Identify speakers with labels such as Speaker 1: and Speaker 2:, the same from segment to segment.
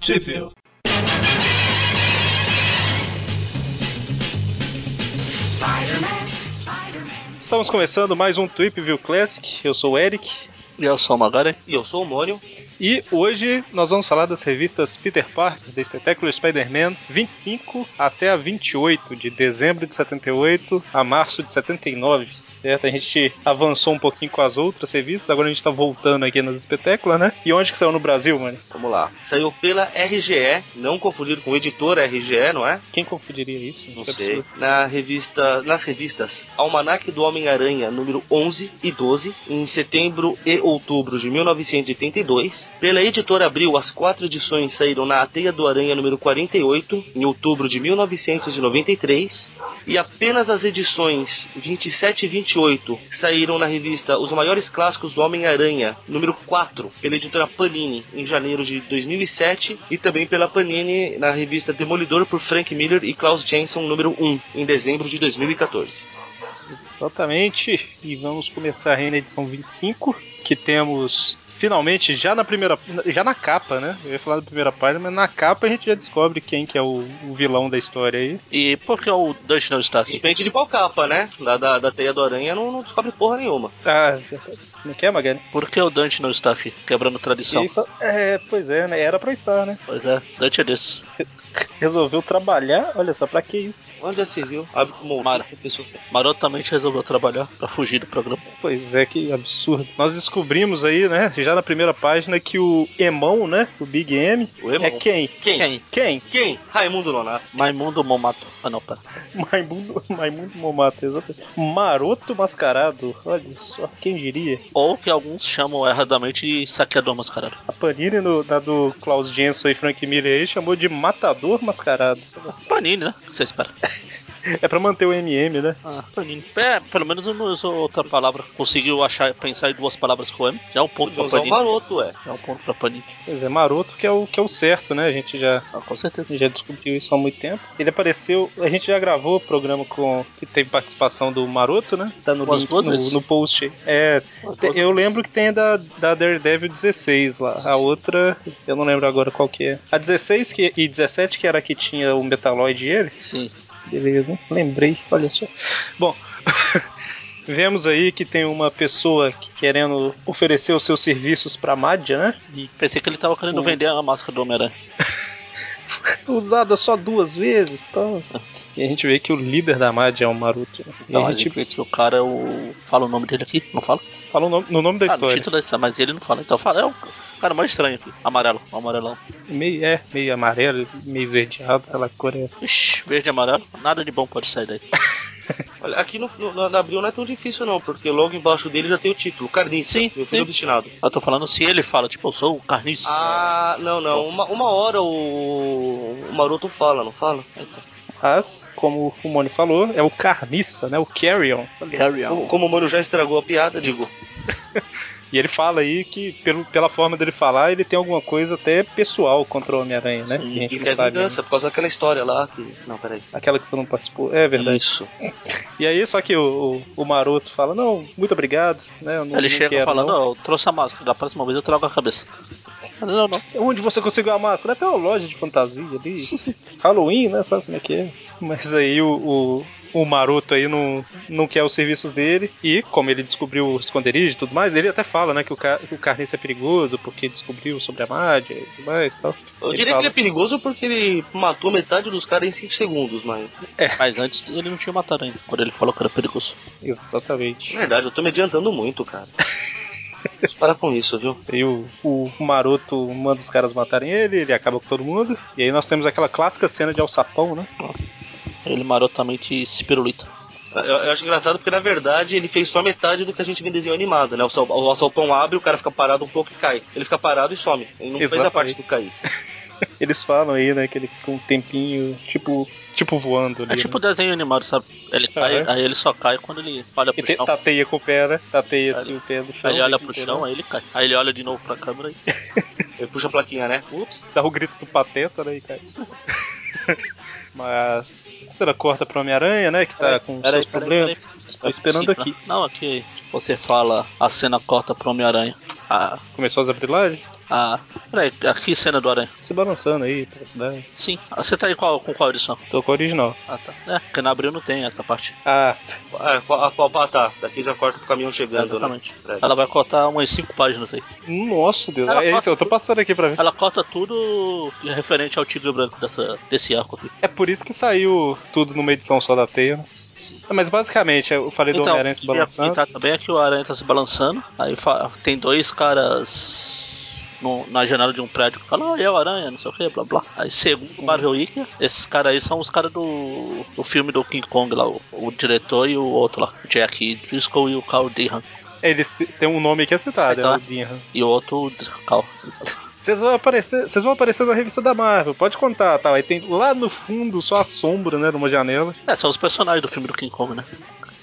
Speaker 1: Sheffield. Estamos começando mais um Trip View Classic. Eu sou o Eric
Speaker 2: Eu sou o Magari.
Speaker 3: E eu sou o Mônio.
Speaker 1: e hoje nós vamos falar das revistas Peter Parker, The Spectacular Spider-Man 25 até a 28 de dezembro de 78 a março de 79, certo? A gente avançou um pouquinho com as outras revistas, agora a gente tá voltando aqui nas Spectacular, né? E onde que saiu no Brasil, mano?
Speaker 3: Vamos lá. Saiu pela RGE, não confundido com editora RGE, não é?
Speaker 1: Quem confundiria isso?
Speaker 3: Não
Speaker 1: Que
Speaker 3: sei.
Speaker 1: absurdo.
Speaker 3: Na revista, nas revistas Almanac do Homem-Aranha, número 11 e 12, em setembro e outubro de 1982. Pela editora Abril, as quatro edições saíram na Ateia do Aranha, número 48, em outubro de 1993. E apenas as edições 27 e 28 saíram na revista Os Maiores Clássicos do Homem-Aranha, número 4, pela editora Panini, em janeiro de 2007, e também pela Panini na revista Demolidor por Frank Miller e Klaus Jensen, número 1, em dezembro de 2014.
Speaker 1: Exatamente. E vamos começar aí na edição 25, que temos finalmente já na primeira já na capa, né? Eu ia falar da primeira página, mas na capa a gente já descobre quem que é o, o vilão da história aí.
Speaker 2: E por que o Dutch não está aqui?
Speaker 3: Depende de qual capa, né? Lá da, da Teia do Aranha não, não descobre porra nenhuma.
Speaker 1: Ah, verdade. Como é que é, Magali?
Speaker 2: Por que o Dante não está aqui? Quebrando tradição.
Speaker 1: Ele está- É, pois é, né? Era pra estar, né?
Speaker 2: Pois é, Dante é desse.
Speaker 1: Resolveu trabalhar, olha só, pra que isso?
Speaker 3: Onde já se viu? Ah, Abre como
Speaker 2: Mara.
Speaker 3: pessoas.
Speaker 2: Marotamente resolveu trabalhar pra fugir do programa.
Speaker 1: Pois é, que absurdo. Nós descobrimos aí, né, já na primeira página, que o Emão, né, o Big M,
Speaker 3: O Emão.
Speaker 1: é quem?
Speaker 3: Quem? Quem?
Speaker 2: Quem?
Speaker 1: Quem?
Speaker 3: Raimundo Nonato.
Speaker 2: Maimundo Momato. Ah, não, pera.
Speaker 1: Maimundo, Maimundo Momato, exatamente. Maroto Mascarado, olha só, quem diria?
Speaker 2: Ou que alguns chamam erradamente de saqueador mascarado.
Speaker 1: A Panini no, na do Klaus Jensen e Frank Miller aí chamou de Matador Mascarado. Olha só.
Speaker 2: Panini, né? O que você espera?
Speaker 1: É pra manter o MM, né?
Speaker 2: Ah, Panini. É, pelo menos eu não usou outra palavra. Conseguiu achar, pensar em duas palavras com M. Já é um ponto
Speaker 3: Podia
Speaker 2: pra
Speaker 3: usar o
Speaker 2: Panini.
Speaker 3: maroto, é.
Speaker 2: Já é um ponto pra Panini.
Speaker 1: Pois é, Maroto que é o, que é o certo, né? A gente já,
Speaker 2: Ah, com certeza.
Speaker 1: já descobriu isso há muito tempo. Ele apareceu, a gente já gravou o programa com que teve participação do Maroto, né? Tá no,
Speaker 2: Com as
Speaker 1: link,
Speaker 2: outras?
Speaker 1: no, no post. É, te- eu lembro que tem a da, da Daredevil 16 lá. A outra, eu não lembro agora qual que é. A 16 que, e 17 que era a que tinha o Metaloid e ele.
Speaker 2: Sim.
Speaker 1: Beleza, hein? lembrei, olha só. Bom, vemos aí que tem uma pessoa que querendo oferecer os seus serviços pra Madja, né? E
Speaker 2: Pensei que ele tava querendo
Speaker 1: Hum.
Speaker 2: vender a máscara do Homem-Aranha.
Speaker 1: usada só duas vezes, tá? tal. E a gente vê que o líder da Madja é o Maruto. Né? E
Speaker 2: Não,
Speaker 1: a
Speaker 2: a
Speaker 1: gente
Speaker 2: gente vê que o cara é o. Fala o nome dele aqui, não fala?
Speaker 1: fala o nome- no nome da
Speaker 2: Ah, no
Speaker 1: história.
Speaker 2: título da história, mas ele não fala. Então fala, é o cara mais estranho aqui. Amarelo, o amarelão.
Speaker 1: Meio, é, meio amarelo, meio esverdeado, sei lá que cor é essa.
Speaker 2: Ixi, verde e amarelo, nada de bom pode sair daí.
Speaker 3: Olha, aqui no, no, na Abril não é tão difícil não, porque logo embaixo dele já tem o título, Carniça,
Speaker 2: Sim,
Speaker 3: meu
Speaker 2: sim.
Speaker 3: filho obstinado.
Speaker 2: Eu tô falando se ele fala, tipo, eu sou o carniça.
Speaker 3: Ah, não, não, uma, uma hora o, o Maroto fala, não fala?
Speaker 1: É, tá
Speaker 2: Então,
Speaker 1: Mas, como o Moni falou, é o Carniça, né? O Carrion.
Speaker 2: carry on.
Speaker 3: Como- Como o Moro já estragou a piada, digo,
Speaker 1: E ele fala aí que, pelo, pela forma dele falar, ele tem alguma coisa até pessoal contra o Homem-Aranha, né?
Speaker 2: Sim,
Speaker 1: que a gente
Speaker 3: que
Speaker 1: não
Speaker 3: é
Speaker 1: sabe. né?
Speaker 3: vingança, por causa daquela história lá que... Não, peraí.
Speaker 1: Aquela que você não participou. É verdade.
Speaker 3: Isso.
Speaker 1: E aí, só que o, o, o Maroto fala, não, muito obrigado, né? eu não-
Speaker 2: Ele
Speaker 1: não
Speaker 2: chega
Speaker 1: quero,
Speaker 2: falando,
Speaker 1: não.
Speaker 2: ó, eu trouxe a máscara, da próxima vez eu trago a cabeça. Não, não.
Speaker 1: Onde você conseguiu a máscara? Até uma loja de fantasia ali. Halloween, né? Sabe como é que é? Mas aí o. o... o Maroto aí não, não quer os serviços dele, e como ele descobriu o esconderijo e tudo mais, ele até fala, né, que o, car que o Carniça é perigoso porque descobriu sobre a Mádia e tudo mais e tal.
Speaker 3: Eu
Speaker 1: Ele
Speaker 3: diria
Speaker 1: fala-
Speaker 3: que ele é perigoso porque ele matou metade dos caras em 5 segundos, mas...
Speaker 2: Mas antes ele não tinha matado ainda, quando ele falou que era perigoso.
Speaker 1: Exatamente.
Speaker 3: Na verdade, eu tô me adiantando muito, cara. Mas Para com isso, viu?
Speaker 1: Aí o, o maroto manda os caras matarem ele, ele acaba com todo mundo. E aí nós temos aquela clássica cena de alçapão, né?
Speaker 2: Ele marotamente É se pirulita.
Speaker 3: Eu, eu acho engraçado porque, na verdade, ele fez só metade do que a gente vê em desenho animado, né? O, sal, o salpão abre, o cara fica parado um pouco e cai. Ele fica parado e some. Ele não fez a
Speaker 1: Exatamente.
Speaker 3: parte do cair.
Speaker 1: Eles falam aí, né, que ele fica um tempinho, tipo, tipo voando ali.
Speaker 2: É tipo desenho animado, sabe? Ele cai,
Speaker 1: Aham.
Speaker 2: aí ele só cai quando ele olha
Speaker 1: né?
Speaker 2: pro
Speaker 1: E te-
Speaker 2: chão.
Speaker 1: tateia com o pé, né? Tateia assim o pé no chão.
Speaker 2: Aí ele olha
Speaker 1: fica
Speaker 2: pro
Speaker 1: inteirão.
Speaker 2: chão, aí ele cai. Aí ele olha de novo pra câmera e
Speaker 3: Ele puxa a plaquinha, né? Ups.
Speaker 1: Dá o grito do pateta, né, e cai. Mas a cena corta pro Homem-Aranha, né, que tá com
Speaker 2: Peraí,
Speaker 1: seus
Speaker 2: peraí,
Speaker 1: problemas. Estou esperando
Speaker 2: Sim,
Speaker 1: aqui.
Speaker 2: Não, aqui você fala a cena corta pro Homem-Aranha. Ah,
Speaker 1: Começou as abrilagens?
Speaker 2: a. Peraí, aqui cena do Aranha.
Speaker 1: Se balançando aí pela cidade.
Speaker 2: Sim. Ah, Você tá aí qual, com qual edição?
Speaker 1: Tô com a original.
Speaker 2: Ah, tá. É, porque na abril não tem essa parte.
Speaker 1: Ah,
Speaker 3: Ah, qual, a qual ah, tá? Daqui já corta pro caminhão chegando,
Speaker 2: Exatamente.
Speaker 3: né? É.
Speaker 2: Ela vai cortar umas cinco páginas aí.
Speaker 1: nossa Deus.
Speaker 2: Ela
Speaker 1: É isso,
Speaker 2: passa-
Speaker 1: eu tô passando aqui pra ver.
Speaker 2: Ela corta tudo referente ao Tigre Branco dessa, desse arco aqui.
Speaker 1: É por isso que saiu tudo numa edição só da teia. né?
Speaker 2: Sim.
Speaker 1: Mas basicamente, eu falei do Homem-Aranha se
Speaker 2: eu ia
Speaker 1: balançando.
Speaker 2: comentar também é Então, que o aranha tá se balançando. Aí fa- tem dois caras no- na janela de um prédio que falam, ah, é o aranha, não sei o que, blá blá. Aí, segundo o
Speaker 1: Hum.
Speaker 2: Marvel Wiki, esses caras aí são os caras do, do filme do King Kong lá, o, o diretor e o outro lá, o Jack Driscoll e o Carl Dehan.
Speaker 1: Ele se- tem um nome que é citado,
Speaker 2: Então,
Speaker 1: é o
Speaker 2: é.
Speaker 1: Dinham.
Speaker 2: E o outro, o Dr- Carl.
Speaker 1: Vocês vão aparecer, vocês vão aparecer na revista da Marvel, pode contar, tal. Aí tem lá no fundo só a sombra, né, numa janela.
Speaker 2: É, são os personagens do filme do King Kong, né?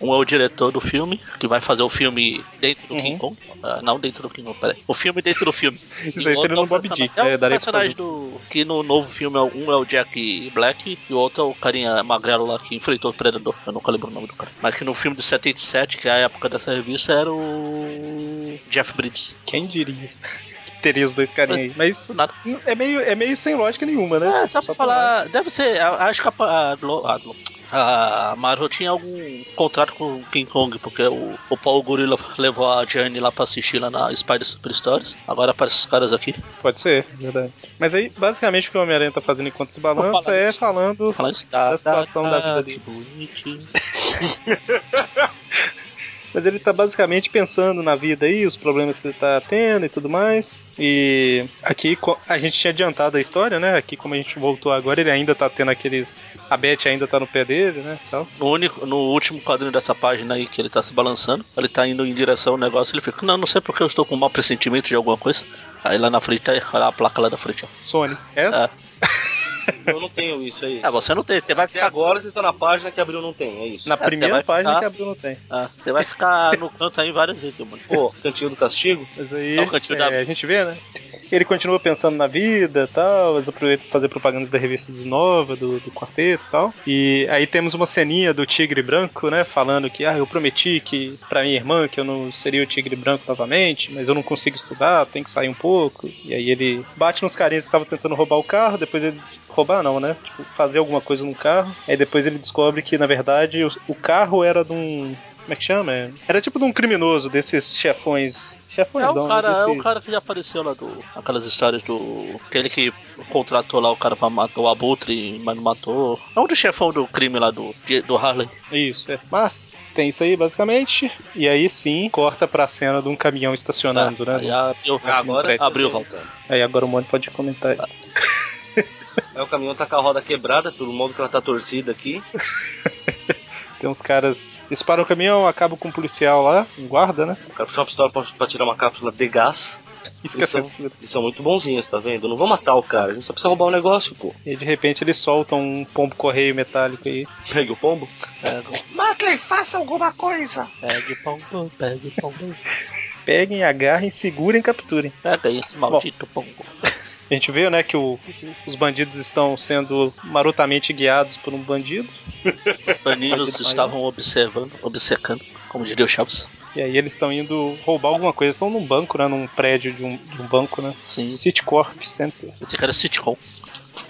Speaker 2: Um é o diretor do filme, que vai fazer o filme dentro do
Speaker 1: Uhum.
Speaker 2: King Kong. Ah, não dentro do King Kong, peraí. O filme dentro do filme.
Speaker 1: Isso
Speaker 2: E
Speaker 1: aí
Speaker 2: o
Speaker 1: seria
Speaker 2: outro
Speaker 1: no Bob Dick,
Speaker 2: personagem-
Speaker 1: né?
Speaker 2: É o
Speaker 1: Daria pra
Speaker 2: personagem
Speaker 1: fazer.
Speaker 2: do... Que no novo filme, é o- um é o Jack Black e o outro é o carinha magrelo lá que enfrentou o Predador. Eu nunca lembro o nome do cara. Mas que no filme de 77, que é a época dessa revista, era o... Jeff Bridges.
Speaker 1: Quem diria? que Teria os dois carinha aí. Mas
Speaker 2: Nada.
Speaker 1: é meio, é meio sem lógica nenhuma, né?
Speaker 2: É, só pra falar... Deve ser... a- Acho que a, a, Glo- a, Glo- a Marvel tinha algum contrato com o King Kong, porque o, o Paul Gorilla levou a Jane lá pra assistir lá na Spider Super Stories. Agora aparecem os caras aqui.
Speaker 1: Pode ser, verdade. Mas aí, basicamente, o que o Homem-Aranha tá fazendo enquanto se
Speaker 2: Vou
Speaker 1: balança
Speaker 2: falar
Speaker 1: é
Speaker 2: disso.
Speaker 1: falando
Speaker 2: Falando isso.
Speaker 1: da situação da vida dele.
Speaker 2: Que bonitinho.
Speaker 1: Mas ele tá basicamente pensando na vida aí, os problemas que ele tá tendo e tudo mais. E aqui co- a gente tinha adiantado a história, né? Aqui como a gente voltou agora, ele ainda tá tendo aqueles. A Beth ainda tá no pé dele, né? Tal.
Speaker 2: No, único, no último quadrinho dessa página aí que ele tá se balançando, ele tá indo em direção ao negócio, ele fica, não, não sei porque eu estou com um mau pressentimento de alguma coisa. Aí lá na frente, tá- olha a placa lá da frente. ó.
Speaker 1: Sony. Essa?
Speaker 3: Eu não tenho isso aí.
Speaker 2: Ah, você não tem, você vai
Speaker 3: Até
Speaker 2: ficar.
Speaker 3: agora vocês estão na página que abriu não tem, é isso.
Speaker 1: Na
Speaker 2: você
Speaker 1: primeira
Speaker 2: Assim, vai
Speaker 1: página
Speaker 2: ficar-
Speaker 1: que a Bruno tem.
Speaker 2: ah, você vai ficar no canto aí várias vezes, mano.
Speaker 3: Pô, cantinho do castigo?
Speaker 1: Mas aí
Speaker 2: É o cantinho
Speaker 1: é,
Speaker 2: da-
Speaker 1: a gente vê, né? Ele continua pensando na vida e tal, eles aproveitam pra fazer propaganda da revista do Nova, do, do quarteto e tal. E aí temos uma ceninha do Tigre Branco, né? Falando que, ah, eu prometi que pra minha irmã que eu não seria o Tigre Branco novamente, mas eu não consigo estudar, tem que sair um pouco. E aí ele bate nos carinhas que estavam tentando roubar o carro, depois ele. des- roubar não, né? Tipo, fazer alguma coisa no carro. Aí depois ele descobre que, na verdade, o, o carro era de um. Como é que chama? É- Era tipo de um criminoso desses chefões. Chefões
Speaker 2: É
Speaker 1: não,
Speaker 2: o,
Speaker 1: né?
Speaker 2: cara, é o
Speaker 1: Desses-
Speaker 2: cara que já apareceu lá do. Aquelas histórias do. Aquele que contratou lá o cara pra matar o Abutre, mas não matou. É um do chefão do crime lá do, de- do Harley.
Speaker 1: Isso, é. Mas tem isso aí, basicamente. E aí sim, corta pra cena de um caminhão estacionando, né?
Speaker 2: Ah, Aí ah. abriu,
Speaker 3: Agora
Speaker 2: abriu, Val.
Speaker 3: volta.
Speaker 1: Aí agora o Mônio pode comentar aí.
Speaker 3: É o caminhão tá com a roda quebrada, pelo modo que ela tá torcida aqui.
Speaker 1: Tem uns caras. Eles param o caminhão, acabam com um policial lá, um guarda, né?
Speaker 3: O cara Shop Store pra, pra tirar uma cápsula de gás.
Speaker 1: Esquece
Speaker 3: Eles
Speaker 1: essa.
Speaker 3: Eles são muito bonzinhos, tá vendo? Não vou matar o cara, a gente só precisa roubar o negócio, pô.
Speaker 1: E de repente eles soltam um pombo correio metálico aí.
Speaker 3: Pegue o pombo.
Speaker 2: Pega,
Speaker 3: Matley, faça alguma coisa!
Speaker 2: pega o pão, pega o pão.
Speaker 1: Peguem, agarrem, segurem e capturem.
Speaker 2: Pega esse maldito pongo.
Speaker 1: A gente vê, né, que o- os bandidos estão sendo marotamente guiados por um bandido.
Speaker 2: Os banidos estavam observando, obcecando, como diria o Chaves.
Speaker 1: E aí eles estão indo roubar alguma coisa. Estão num banco, né? Num prédio de um, de um banco, né?
Speaker 2: Sim,
Speaker 1: Citicorp Center.
Speaker 2: esse cara é sitcom.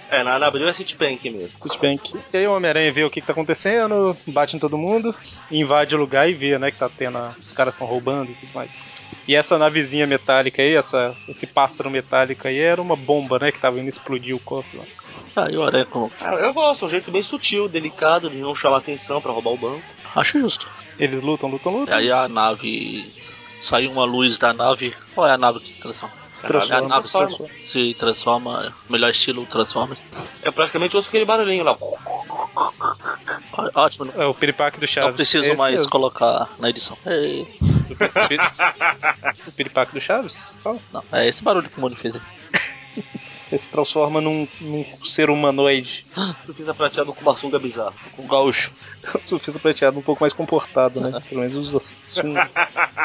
Speaker 3: É, na, na abril é Citibank mesmo.
Speaker 1: Tudo bem que- E aí o Homem-Aranha vê o que, que tá acontecendo, bate em todo mundo, invade o lugar e vê, né, que tá tendo. a- Os caras estão roubando e tudo mais. E essa navezinha metálica aí, essa, esse pássaro metálico aí, era uma bomba, né? Que tava indo explodir o cofre lá.
Speaker 2: Ah, e o Aranha com...
Speaker 3: Ah, eu gosto, um jeito bem sutil, delicado, de não chamar atenção pra roubar o banco.
Speaker 2: Acho justo.
Speaker 1: Eles lutam, lutam,
Speaker 2: E
Speaker 1: lutam.
Speaker 2: aí a nave... Saiu uma luz da nave. Qual é a nave que se transforma?
Speaker 1: se
Speaker 2: a
Speaker 1: transforma.
Speaker 2: nave
Speaker 1: se
Speaker 2: se-
Speaker 1: transforma.
Speaker 2: se transforma, melhor estilo Transformers.
Speaker 3: Eu É praticamente ouço aquele barulhinho lá.
Speaker 2: Ó- Ótimo, não-
Speaker 1: É o piripaque do Chaves.
Speaker 2: não preciso
Speaker 1: É esse
Speaker 2: mais
Speaker 1: mesmo.
Speaker 2: colocar na edição. É,
Speaker 1: O piri- O piripaque do Chaves? Fala.
Speaker 2: não, é esse barulho que o mundo fez. aí.
Speaker 1: Ele se transforma num, num ser humanoide.
Speaker 3: Tu fiz a prateada com uma sunga bizarra.
Speaker 2: O gaúcho.
Speaker 1: O surfista prateado um pouco mais comportado, né? Pelo menos usa sunga.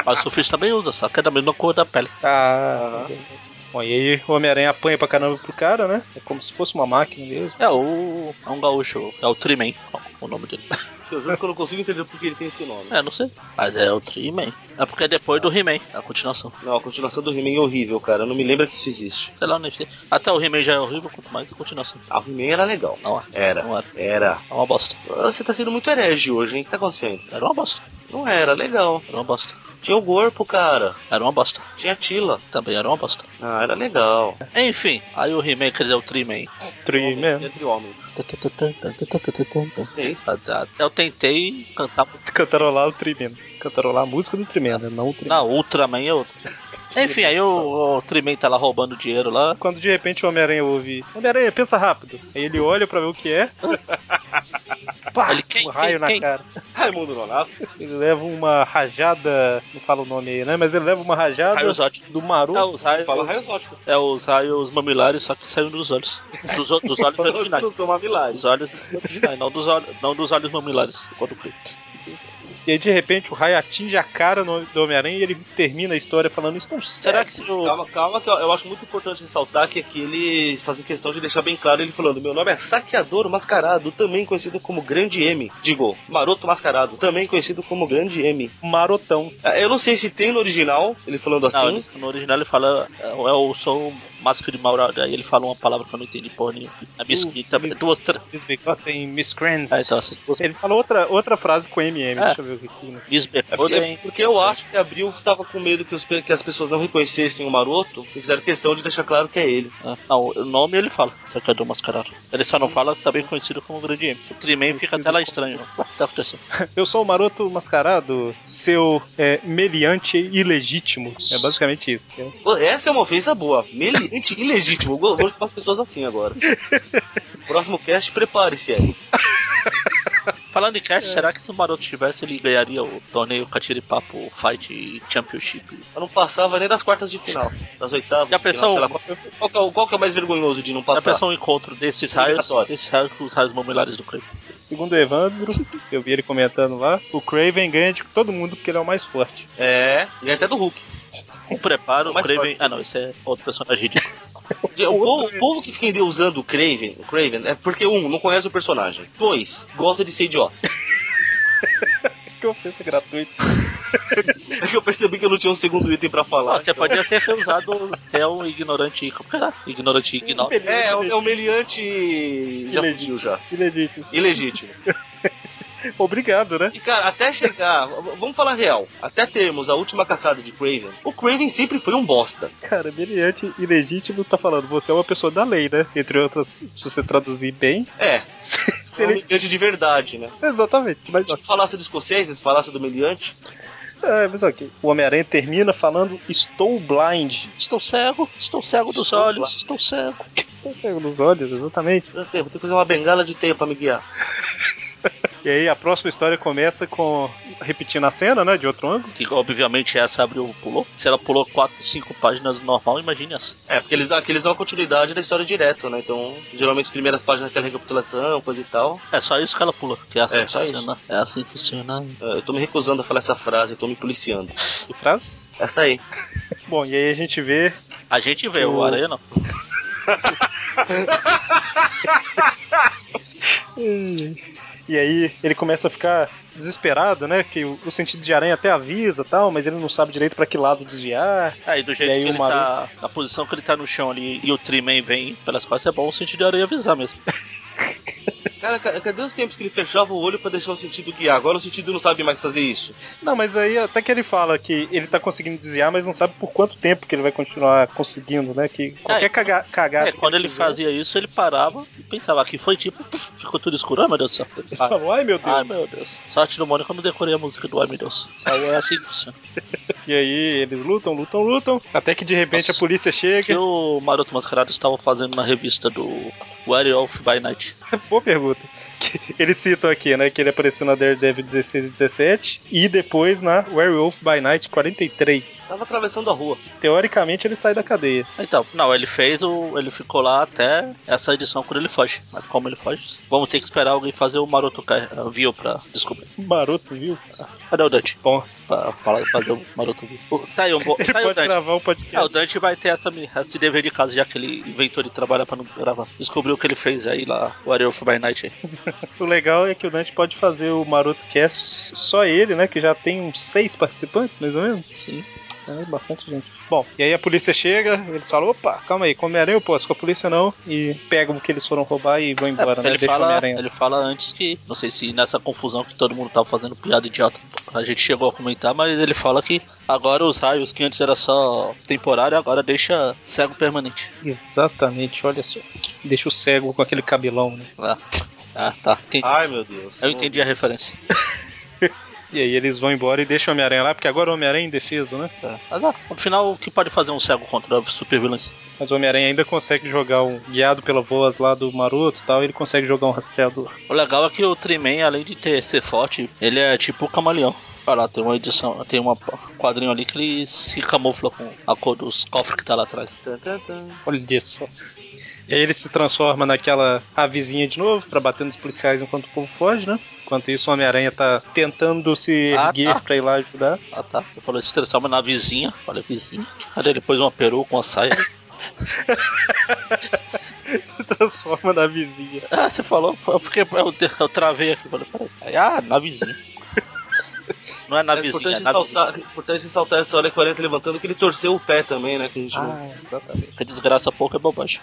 Speaker 2: Mas o surfista também usa, só que é da mesma cor da pele.
Speaker 1: Ah,
Speaker 3: sim,
Speaker 1: Bom, e aí o Homem-Aranha apanha pra caramba pro cara, né? É como se fosse uma máquina mesmo.
Speaker 2: É o... É um gaúcho. É o Triman, ó, o nome dele.
Speaker 3: Eu juro que eu não consigo entender por que ele tem esse nome.
Speaker 2: É, não sei. Mas é outro He-Man. É porque é depois do He-Man, é a continuação.
Speaker 3: Não, a continuação do He-Man é horrível, cara. Eu não me lembro que isso existe.
Speaker 2: Sei lá, nem sei. Até o He-Man já é horrível, quanto mais a continuação.
Speaker 3: Ah, o He-Man era legal.
Speaker 2: Não é.
Speaker 3: Era.
Speaker 2: Não era.
Speaker 3: Era.
Speaker 2: É uma bosta.
Speaker 3: Você tá sendo muito herege hoje, hein? O que tá acontecendo?
Speaker 2: Era uma bosta.
Speaker 3: Não era, legal.
Speaker 2: Era uma bosta.
Speaker 3: Tinha o corpo, cara.
Speaker 2: Era uma bosta.
Speaker 3: Tinha a Tila.
Speaker 2: Também era uma bosta.
Speaker 3: Ah, era legal.
Speaker 2: Enfim, aí o He-Man, quer dizer, o Tree-Man.
Speaker 1: Tri mesmo.
Speaker 3: Entre homens.
Speaker 1: Tá,
Speaker 3: É isso.
Speaker 2: Eu tentei cantar.
Speaker 1: Cantarolar o Tri mesmo. Cantarolar a música do Tri mesmo, né? não o Tri.
Speaker 2: Na Ultraman é outro. Enfim, aí o, o Tree-Man tá lá roubando dinheiro lá.
Speaker 1: Quando de repente o Homem-Aranha ouve: Homem-Aranha, pensa rápido. Aí ele olha pra ver o que é. Pá,
Speaker 2: Ele, quem,
Speaker 1: um raio
Speaker 2: quem,
Speaker 1: na
Speaker 2: quem?
Speaker 1: cara.
Speaker 3: Raimundo Nonato.
Speaker 1: Ele leva uma rajada. Não fala o nome aí, né? Mas ele leva uma rajada
Speaker 2: Raios óticos.
Speaker 1: do Maru.
Speaker 2: É os raios,
Speaker 3: Fala raio exótico.
Speaker 2: é os raios mamilares, só que saiu dos olhos. Dos, o- dos olhos originais.
Speaker 3: Não toma vilagem.
Speaker 2: Dos olhos originais, não dos olhos, não dos olhos mamilares. Quando crio.
Speaker 1: E aí de repente o raio atinge a cara no- do Homem-Aranha e ele termina a história falando "Então, isso não
Speaker 2: Será que se o.
Speaker 3: Calma, calma, que eu, eu acho muito importante ressaltar que aqui eles fazem questão de deixar bem claro ele falando: Meu nome é Saqueador Mascarado, também conhecido como Grande M. Digo, Maroto Mascarado, também conhecido como Grande M.
Speaker 1: marotão.
Speaker 3: Ah, Eu não sei se tem no original ele falando assim.
Speaker 2: Não, ele- no original ele fala, é, eu sou um máscara de Maurada, aí ele fala uma palavra que eu não entendi porra nenhuma. A mesquita,
Speaker 1: mesquita.
Speaker 3: Uh,
Speaker 2: duas, três.
Speaker 1: Miss Bigota em Miss Grant.
Speaker 2: Ah, então essas duas.
Speaker 1: Ele falou outra, outra frase com MM,
Speaker 2: É.
Speaker 1: deixa eu ver o que aqui. Né?
Speaker 2: Miss
Speaker 3: É porque, é
Speaker 2: Befoden.
Speaker 3: porque eu acho que Abril tava com medo que, os pe- que as pessoas não reconhecessem o Maroto e fizeram questão de deixar claro que é ele.
Speaker 2: Ah, Não, o nome ele fala, só que é do mascarado. Ele só não fala, também conhecido como Grande M. O Triman fica
Speaker 1: Conhecido
Speaker 2: até lá
Speaker 1: como-
Speaker 2: estranho. Ué, O que tá acontecendo?
Speaker 1: Eu sou o maroto mascarado, seu é, meliante ilegítimo. É basicamente isso. né?
Speaker 3: Pô, Essa é uma ofensa boa. Meliante e ilegítimo. Eu go- gosto com as pessoas assim agora. Próximo cast, prepare-se, Eric.
Speaker 2: Falando em cash, será que se o Maroto tivesse, ele ganharia o torneio Catiripapo Fight Championship?
Speaker 3: Eu não passava nem das quartas de final, das oitavas.
Speaker 2: Já
Speaker 3: de
Speaker 2: pensou- um-
Speaker 3: final, sei lá, qual, que é o- qual que é o mais vergonhoso de não
Speaker 2: Dá
Speaker 3: passar?
Speaker 2: pra ser um encontro desses raios,
Speaker 3: Obrigatório.
Speaker 2: desses raios com os raios mamilares do Creio.
Speaker 1: Segundo o Evandro, eu vi ele comentando lá, o Craven ganha de todo mundo porque ele é o mais forte.
Speaker 3: É,
Speaker 2: um-
Speaker 3: e até do Hulk.
Speaker 2: O preparo, o
Speaker 3: Mais
Speaker 2: Craven. Ah, não, esse é outro personagem ridículo.
Speaker 3: O, povo- o povo que fica endeusando o Craven, o Craven é porque, um, não conhece o personagem. Dois, gosta de ser idiota.
Speaker 1: Que ofensa gratuita.
Speaker 3: É que eu percebi que eu não tinha um segundo item pra falar.
Speaker 2: Ah, você
Speaker 3: então.
Speaker 2: podia ter usado o céu ignorante e. Como que era? Ignorante e ignoro.
Speaker 3: É, é o, é o meliante. Já fugiu
Speaker 1: Ilegítimo.
Speaker 3: já.
Speaker 1: Ilegítimo.
Speaker 3: Ilegítimo.
Speaker 1: Obrigado, né?
Speaker 3: E cara, até chegar, v- vamos falar real, até termos a última caçada de Craven, o Craven sempre foi um bosta.
Speaker 1: Cara, meliante ilegítimo tá falando, você é uma pessoa da lei, né? Entre outras, se você traduzir bem,
Speaker 3: É,
Speaker 1: se
Speaker 3: é um
Speaker 1: ele...
Speaker 3: meliante de verdade, né?
Speaker 1: Exatamente, mas
Speaker 3: Se falasse dos escoceses, falasse do meliante,
Speaker 1: É, mas ok. O Homem-Aranha termina falando: Estou blind.
Speaker 2: Estou cego, estou cego dos
Speaker 3: Estou
Speaker 2: olhos,
Speaker 3: lá.
Speaker 2: estou cego.
Speaker 1: Estou cego dos olhos, exatamente.
Speaker 3: eu sei, vou ter que fazer uma bengala de teia pra me guiar.
Speaker 1: E aí a próxima história começa com. repetindo a cena, né? De outro ângulo.
Speaker 2: Que obviamente essa abriu, pulou. Se ela pulou 4, 5 páginas normal, imagine essa.
Speaker 3: É, porque eles, aqui eles dão a continuidade da história direto, né? Então, geralmente as primeiras páginas aquela recapitulação, coisa e tal.
Speaker 2: É só isso que ela pula. Que é assim
Speaker 3: É,
Speaker 2: que
Speaker 3: só
Speaker 2: funciona. É assim que funciona.
Speaker 3: É, Eu tô me recusando a falar essa frase, eu tô me policiando.
Speaker 1: Que frase?
Speaker 3: Essa aí.
Speaker 1: Bom, e aí a gente vê.
Speaker 2: A gente vê,
Speaker 1: O-
Speaker 2: o Aranha não.
Speaker 1: E aí ele começa a ficar desesperado, né? Que o, o sentido de aranha até avisa tal, mas ele não sabe direito pra que lado desviar.
Speaker 2: Aí é, do jeito
Speaker 1: E aí
Speaker 2: que
Speaker 1: o
Speaker 2: ele tá. Na posição que ele tá no chão ali e o Triman vem pelas costas, é bom o sentido de aranha avisar mesmo.
Speaker 3: Cara, ca- cadê os tempos que ele fechava o olho pra deixar o sentido guiar? Agora o sentido não sabe mais fazer isso.
Speaker 1: Não, mas aí até que ele fala que ele tá conseguindo desviar, mas não sabe por quanto tempo que ele vai continuar conseguindo, né? Que qualquer
Speaker 2: É,
Speaker 1: caga- cagada.
Speaker 2: É,
Speaker 1: que
Speaker 2: quando ele
Speaker 1: fizer,
Speaker 2: fazia isso, ele parava e pensava que foi tipo, puf, ficou tudo escuro. Ai meu Deus do céu.
Speaker 1: Ele
Speaker 2: Ai,
Speaker 1: falou, ai meu Deus.
Speaker 2: ai, meu Deus. Sorte do Mônica, eu não decorei a música do Ai meu Deus. Saiu é assim que funciona.
Speaker 1: E aí eles lutam, lutam, lutam, até que de repente
Speaker 2: Nossa.
Speaker 1: a polícia
Speaker 2: O que
Speaker 1: chega.
Speaker 2: o Maroto Mascarado estava fazendo na revista do Where Off by Night?
Speaker 1: Então, Boa pergunta. Que- Eles citam aqui, né, que ele apareceu na Daredevil 16 e 17 e depois na Werewolf by Night 43.
Speaker 3: Tava atravessando a rua.
Speaker 1: Teoricamente ele sai da cadeia.
Speaker 2: Então, não, ele fez o. Ele ficou lá até essa edição quando ele foge. Mas como ele foge, vamos ter que esperar alguém fazer o Maroto Ca- eh, View pra descobrir.
Speaker 1: Maroto, viu?
Speaker 2: Cadê o Dante?
Speaker 1: Bom,
Speaker 2: Pra falar, fazer o Maroto View. O- Tá aí, o, bo-
Speaker 1: ele
Speaker 2: tá aí o
Speaker 1: pode
Speaker 2: Dante.
Speaker 1: gravar o
Speaker 2: Ah, o
Speaker 1: podcast.
Speaker 2: Dante vai ter essa, mi- esse dever de casa, já que ele inventou de trabalhar pra não gravar. Descobriu descobriu o que ele fez aí lá, o Arrow by Night aí.
Speaker 1: O legal é que o Dante pode fazer o Maroto Cast só ele, né? Que já tem uns seis participantes, mais ou menos.
Speaker 2: Sim.
Speaker 1: Então é bastante gente. Bom, e aí a polícia chega, eles falam, opa, calma aí, com Homem-Aranha eu posso, com a polícia não, e pegam o que eles foram roubar e vão
Speaker 2: É,
Speaker 1: embora, né?
Speaker 2: ele,
Speaker 1: Deixa o
Speaker 2: fala,
Speaker 1: Homem-Aranha.
Speaker 2: ele fala antes que, não sei se nessa confusão que todo mundo tava fazendo piada idiota, a gente chegou a comentar, mas ele fala que agora os raios que antes era só temporário, agora deixa cego permanente.
Speaker 1: Exatamente, olha só. Deixa o cego com aquele cabelão, né?
Speaker 2: Ah, ah tá. Entendi.
Speaker 3: Ai, meu Deus.
Speaker 2: Eu entendi a referência.
Speaker 1: E aí eles vão embora e deixam o Homem-Aranha lá, porque agora o Homem-Aranha é indefeso, né?
Speaker 2: Tá. Mas ah, no final, o que pode fazer um cego contra super vilões?
Speaker 1: Mas o Homem-Aranha ainda consegue jogar um guiado pela voz lá do Maroto e tal, ele consegue jogar um rastreador.
Speaker 2: O legal é que o Triman, além de ter, ser forte, ele é tipo o camaleão. Olha lá, tem uma edição, tem uma- um quadrinho ali que ele se camufla com a cor dos cofres que tá lá atrás.
Speaker 3: Tan, tan, tan.
Speaker 1: Olha só. E aí ele se transforma naquela avizinha de novo pra bater nos policiais enquanto o povo foge, né? Enquanto isso, o Homem-Aranha tá tentando se
Speaker 2: Ah,
Speaker 1: erguer
Speaker 2: tá.
Speaker 1: pra ir lá ajudar.
Speaker 2: Ah tá, você falou se transforma na vizinha. Olha, vizinha. Cadê ele pôs uma peruca, uma saia?
Speaker 1: se transforma na vizinha.
Speaker 2: ah, você falou, eu fiquei, eu, eu travei aqui, falei, peraí. Aí, ah, na vizinha. Não é na
Speaker 3: É
Speaker 2: vizinha, é
Speaker 3: importante,
Speaker 2: na vizinha.
Speaker 3: ressaltar, importante ressaltar essa hora 40 levantando que ele torceu o pé também, né? Que a gente
Speaker 2: Ah,
Speaker 3: não-
Speaker 1: exatamente.
Speaker 2: Que desgraça pouco é bobagem.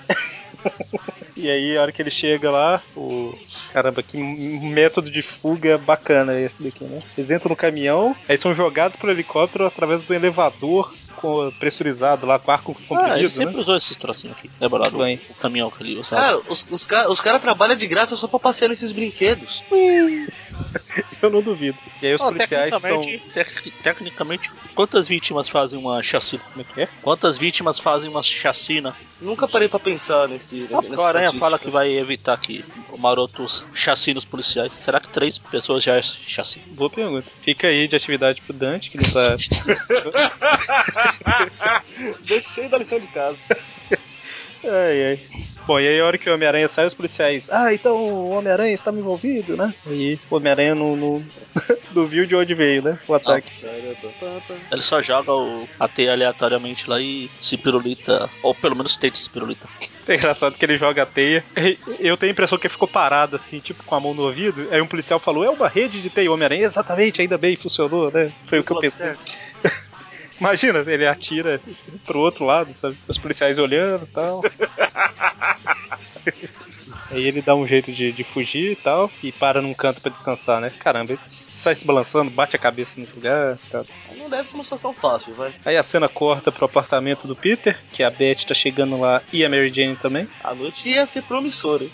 Speaker 1: E aí, a hora que ele chega lá, o. Caramba, que m- método de fuga bacana esse daqui, né? Eles entram no caminhão, aí são jogados pro helicóptero através do elevador com- pressurizado lá, com arco
Speaker 2: Ah, ele
Speaker 1: comprimido,
Speaker 2: sempre
Speaker 1: né?
Speaker 2: usou esses trocinhos aqui. Lembra lá do
Speaker 1: Bem.
Speaker 2: o caminhão que ele usava?
Speaker 3: Cara, os, os, ca- os caras trabalham de graça só pra passear nesses brinquedos.
Speaker 1: Eu não duvido. E aí os
Speaker 2: Ó,
Speaker 1: policiais estão.
Speaker 2: tecnicamente, tec- tecnicamente, quantas vítimas fazem uma chacina?
Speaker 1: Como é que é?
Speaker 2: Quantas vítimas fazem uma chacina?
Speaker 3: Nunca parei pra pensar nesse.
Speaker 2: Ah,
Speaker 3: nessa
Speaker 2: O Aranha
Speaker 3: estatística.
Speaker 2: fala que vai evitar que o maroto chacine os policiais. Será que três pessoas já é chacina?
Speaker 1: Boa pergunta. Fica aí de atividade pro Dante, que não tá.
Speaker 3: Deixei da lição de casa.
Speaker 1: Ai, ai. Bom, e aí a hora que o Homem-Aranha sai, os policiais. Ah, então o Homem-Aranha estava envolvido, né? E o Homem-Aranha não, não, não viu de onde veio, né? O ataque.
Speaker 2: Ele só joga o, a teia aleatoriamente lá e se pirulita. Ou pelo menos tenta se pirulita.
Speaker 1: É engraçado que ele joga a teia. Eu tenho a impressão que ele ficou parado, assim, tipo, com a mão no ouvido. Aí um policial falou: É uma rede de teia, O Homem-Aranha. Exatamente, ainda bem, funcionou, né? Foi o que eu pensei. Imagina, ele atira assim, pro outro lado, sabe? Os policiais olhando e tal. Aí ele dá um jeito de, de fugir e tal, e para num canto pra descansar, né? Caramba, ele sai se balançando, bate a cabeça nesse lugar. Tá.
Speaker 3: Não deve ser uma situação fácil, vai.
Speaker 1: Aí a cena corta pro apartamento do Peter, que a Beth tá chegando lá e a Mary Jane também.
Speaker 3: A noite ia ser promissora. hein?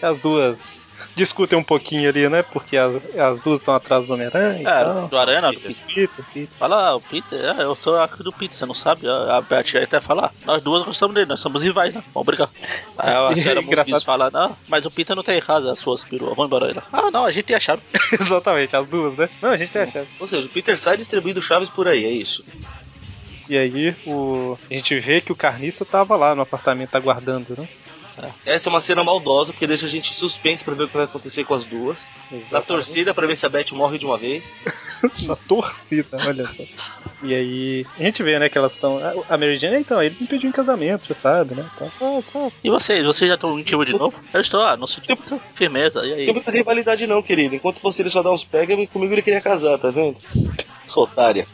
Speaker 1: As duas discutem um pouquinho ali, né? Porque as, as duas estão atrás do Homem-Aranha. e
Speaker 2: É,
Speaker 1: tal.
Speaker 2: do Aranha, não, do Peter.
Speaker 1: Peter, Peter.
Speaker 2: Fala, ah, o Peter, é, eu tô aqui do Peter, você não sabe? A, a Beth aí até fala, ah, nós duas gostamos dele, nós somos rivais, né? Vamos brigar. Aí a senhora
Speaker 1: Engraçado.
Speaker 2: Moonbeams fala, não, mas o Peter não tem em casa as suas peruas, vamos embora aí. lá. Ah, não, a gente tem a chave.
Speaker 1: Exatamente, as duas, né? Não, a gente tem a chave.
Speaker 3: Ou seja, o Peter sai distribuindo chaves por aí, é isso.
Speaker 1: E aí o... a gente vê que o Carniça tava lá no apartamento aguardando, né?
Speaker 3: Essa é uma cena maldosa, porque deixa a gente em suspense pra ver o que vai acontecer com as duas. Na torcida pra ver se a Beth morre de uma vez.
Speaker 1: Na torcida, olha só. E aí a gente vê, né, que elas estão... A Mary Jane, então, ele me pediu em casamento, você sabe, né? Então, ah, tá.
Speaker 2: E vocês, vocês já estão íntimo de novo? Eu estou, ah, não senti muita firmeza, e
Speaker 3: Não tem
Speaker 2: aí?
Speaker 3: muita rivalidade não, querido. Enquanto você ele só dá uns pega, comigo ele queria casar, tá vendo? Sou otária.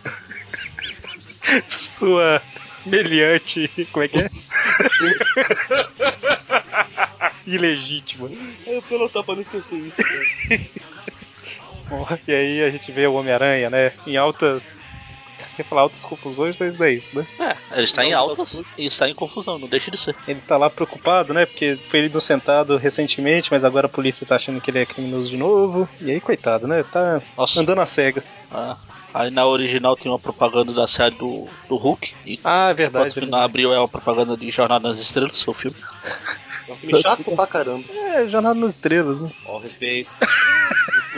Speaker 1: Sua meliante... Como é que é? Ilegítima.
Speaker 3: Eu preciso anotar pra não esquecer isso. né? cara.
Speaker 1: Bom, E aí a gente vê o Homem-Aranha, né? Em altas. Quer falar altas confusões, mas não é isso, né?
Speaker 2: É, ele está em altas e está em confusão, não deixa de ser.
Speaker 1: Ele tá lá preocupado, né? Porque foi inocentado recentemente, mas agora a polícia tá achando que ele é criminoso de novo. E aí, coitado, né? Tá
Speaker 2: Nossa,
Speaker 1: andando às cegas.
Speaker 2: ah, aí na original tem uma propaganda da série do, do Hulk, e
Speaker 1: Ah, é
Speaker 2: Enquanto
Speaker 1: verdade.
Speaker 2: que
Speaker 1: ele-
Speaker 2: na abril é uma propaganda de Jornada nas Estrelas, seu filme.
Speaker 3: É um filme chato pra caramba.
Speaker 1: É, Jornada nas Estrelas, né?
Speaker 3: Ó, respeito.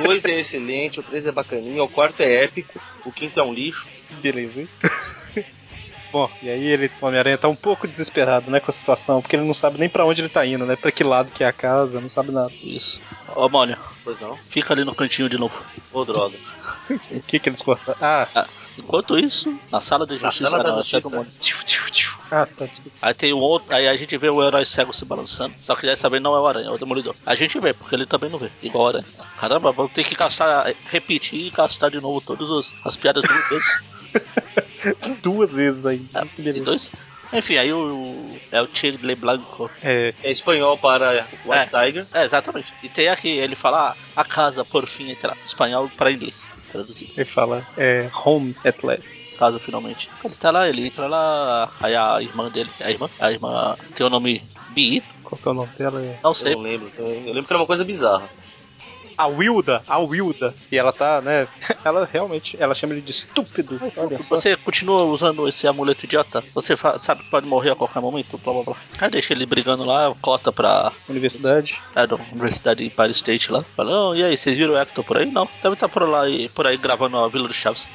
Speaker 3: O 2 é excelente, o 3 é bacaninha, o quarto é épico, o quinto é um lixo.
Speaker 1: Beleza, hein? Bom, e aí ele, o Homem-Aranha tá um pouco desesperado, né, com a situação, porque ele não sabe nem pra onde ele tá indo, né? Pra que lado que é a casa, não sabe nada.
Speaker 2: Isso. Ó, Mônio,
Speaker 3: Pois não.
Speaker 2: fica ali no cantinho de novo.
Speaker 3: Ô, droga.
Speaker 1: O que que eles cortaram? Ah,
Speaker 2: Enquanto isso, na sala de
Speaker 3: Tá Na
Speaker 2: justiça,
Speaker 3: sala da
Speaker 2: não, essa é do
Speaker 3: justiça.
Speaker 2: mundo.
Speaker 1: Tiu, tiu, tiu. Ah, tá. desculpa.
Speaker 2: Aí tem o outro, aí a gente vê o herói cego se balançando. Só que dessa vez não é o aranha, é o demolidor. A gente vê, porque ele também não vê, igual o aranha. Caramba, vamos ter que gastar, eh, repetir e gastar de novo todas os- as piadas um, duas vezes.
Speaker 1: Duas vezes aí.
Speaker 2: Ah, e dois. Enfim, aí o. É o Tigre Blanco.
Speaker 1: É,
Speaker 3: É espanhol para White Tiger.
Speaker 2: É, exatamente. E tem aqui, ele fala ah, a casa, por fim, entra. Espanhol pra inglês. Traduzido.
Speaker 1: ele fala, é Home at Last.
Speaker 2: Casa, finalmente. Ele tá lá, ele entra lá. Aí a irmã dele, a irmã, a irmã tem o nome Bi,
Speaker 1: Qual que é o nome dela? É...
Speaker 2: não
Speaker 3: Eu
Speaker 2: sei.
Speaker 3: não lembro. Eu lembro que era uma coisa bizarra.
Speaker 1: A Wilda, a Wilda. E ela tá, né? Ela realmente, ela chama ele de estúpido. Olha só.
Speaker 2: Você continua usando esse amuleto idiota, você fa- sabe que pode morrer a qualquer momento, blá blá blá. Aí deixa ele brigando lá, cota pra
Speaker 1: Universidade.
Speaker 2: é, da Universidade de Empire State lá. Fala, "Oh, e aí, vocês viram o Hector por aí? Não, deve estar por lá e por aí gravando a Vila do Chaves.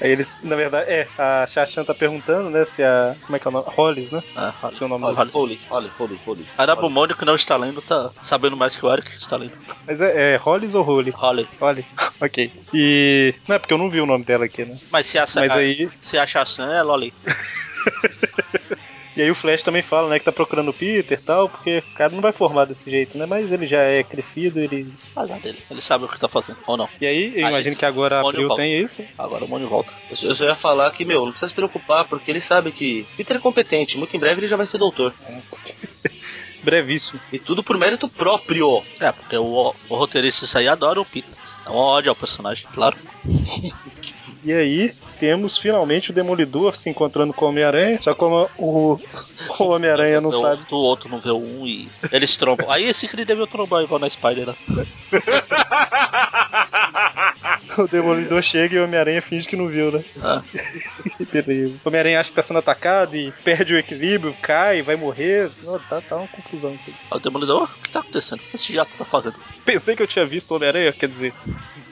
Speaker 1: Aí eles, na verdade, é, a Chachan tá perguntando, né, se a. Como é que é o nome? Hollis, né?
Speaker 2: Ah,
Speaker 1: Esqueci o nome
Speaker 2: Hollis.
Speaker 1: dela.
Speaker 2: Hollis.
Speaker 3: Holy, holy, holy, holy.
Speaker 2: Arabo Mônio que não está lendo, tá sabendo mais que o Eric que está lendo.
Speaker 1: Mas é, é Hollis ou Holly?
Speaker 2: Holly.
Speaker 1: Holly. ok. E. Não é porque eu não vi o nome dela aqui, né?
Speaker 2: Mas se acha,
Speaker 1: Mas aí-
Speaker 2: se acha assim, é Loli.
Speaker 1: E aí o Flash também fala, né, que tá procurando o Peter e tal, porque o cara não vai formar desse jeito, né? Mas ele já é crescido, ele.
Speaker 2: Azar dele. Ele sabe o que tá fazendo, ou não.
Speaker 1: E aí, eu
Speaker 2: Ah,
Speaker 1: imagino
Speaker 2: isso.
Speaker 1: que agora a
Speaker 2: Olha o
Speaker 1: Abril
Speaker 2: Val.
Speaker 1: tem isso.
Speaker 2: Agora o Mônio volta.
Speaker 3: Eu só- eu só ia falar que, meu, não precisa se preocupar, porque ele sabe que Peter é competente, muito em breve ele já vai ser doutor.
Speaker 1: Brevíssimo.
Speaker 3: E tudo por mérito próprio.
Speaker 2: É, porque o, o roteirista isso aí adora o Peter. É um ódio ao personagem, claro.
Speaker 1: E aí, temos finalmente o Demolidor se encontrando com o Homem-Aranha. Só como o, o Homem-Aranha não
Speaker 2: Vê o-
Speaker 1: sabe.
Speaker 2: do outro não vê o um e eles trombam. Aí esse Kree deveu trombar igual na Spider, né?
Speaker 1: O Demolidor chega e o Homem-Aranha finge que não viu, né?
Speaker 2: Ah,
Speaker 1: Que terrível. O Homem-Aranha acha que tá sendo atacado e perde o equilíbrio, cai, vai morrer. Não, tá, tá uma confusão isso aí.
Speaker 2: aí o Demolidor, "Ah, o que tá acontecendo? O que esse jato tá fazendo?
Speaker 1: Pensei que eu tinha visto o Homem-Aranha, quer dizer.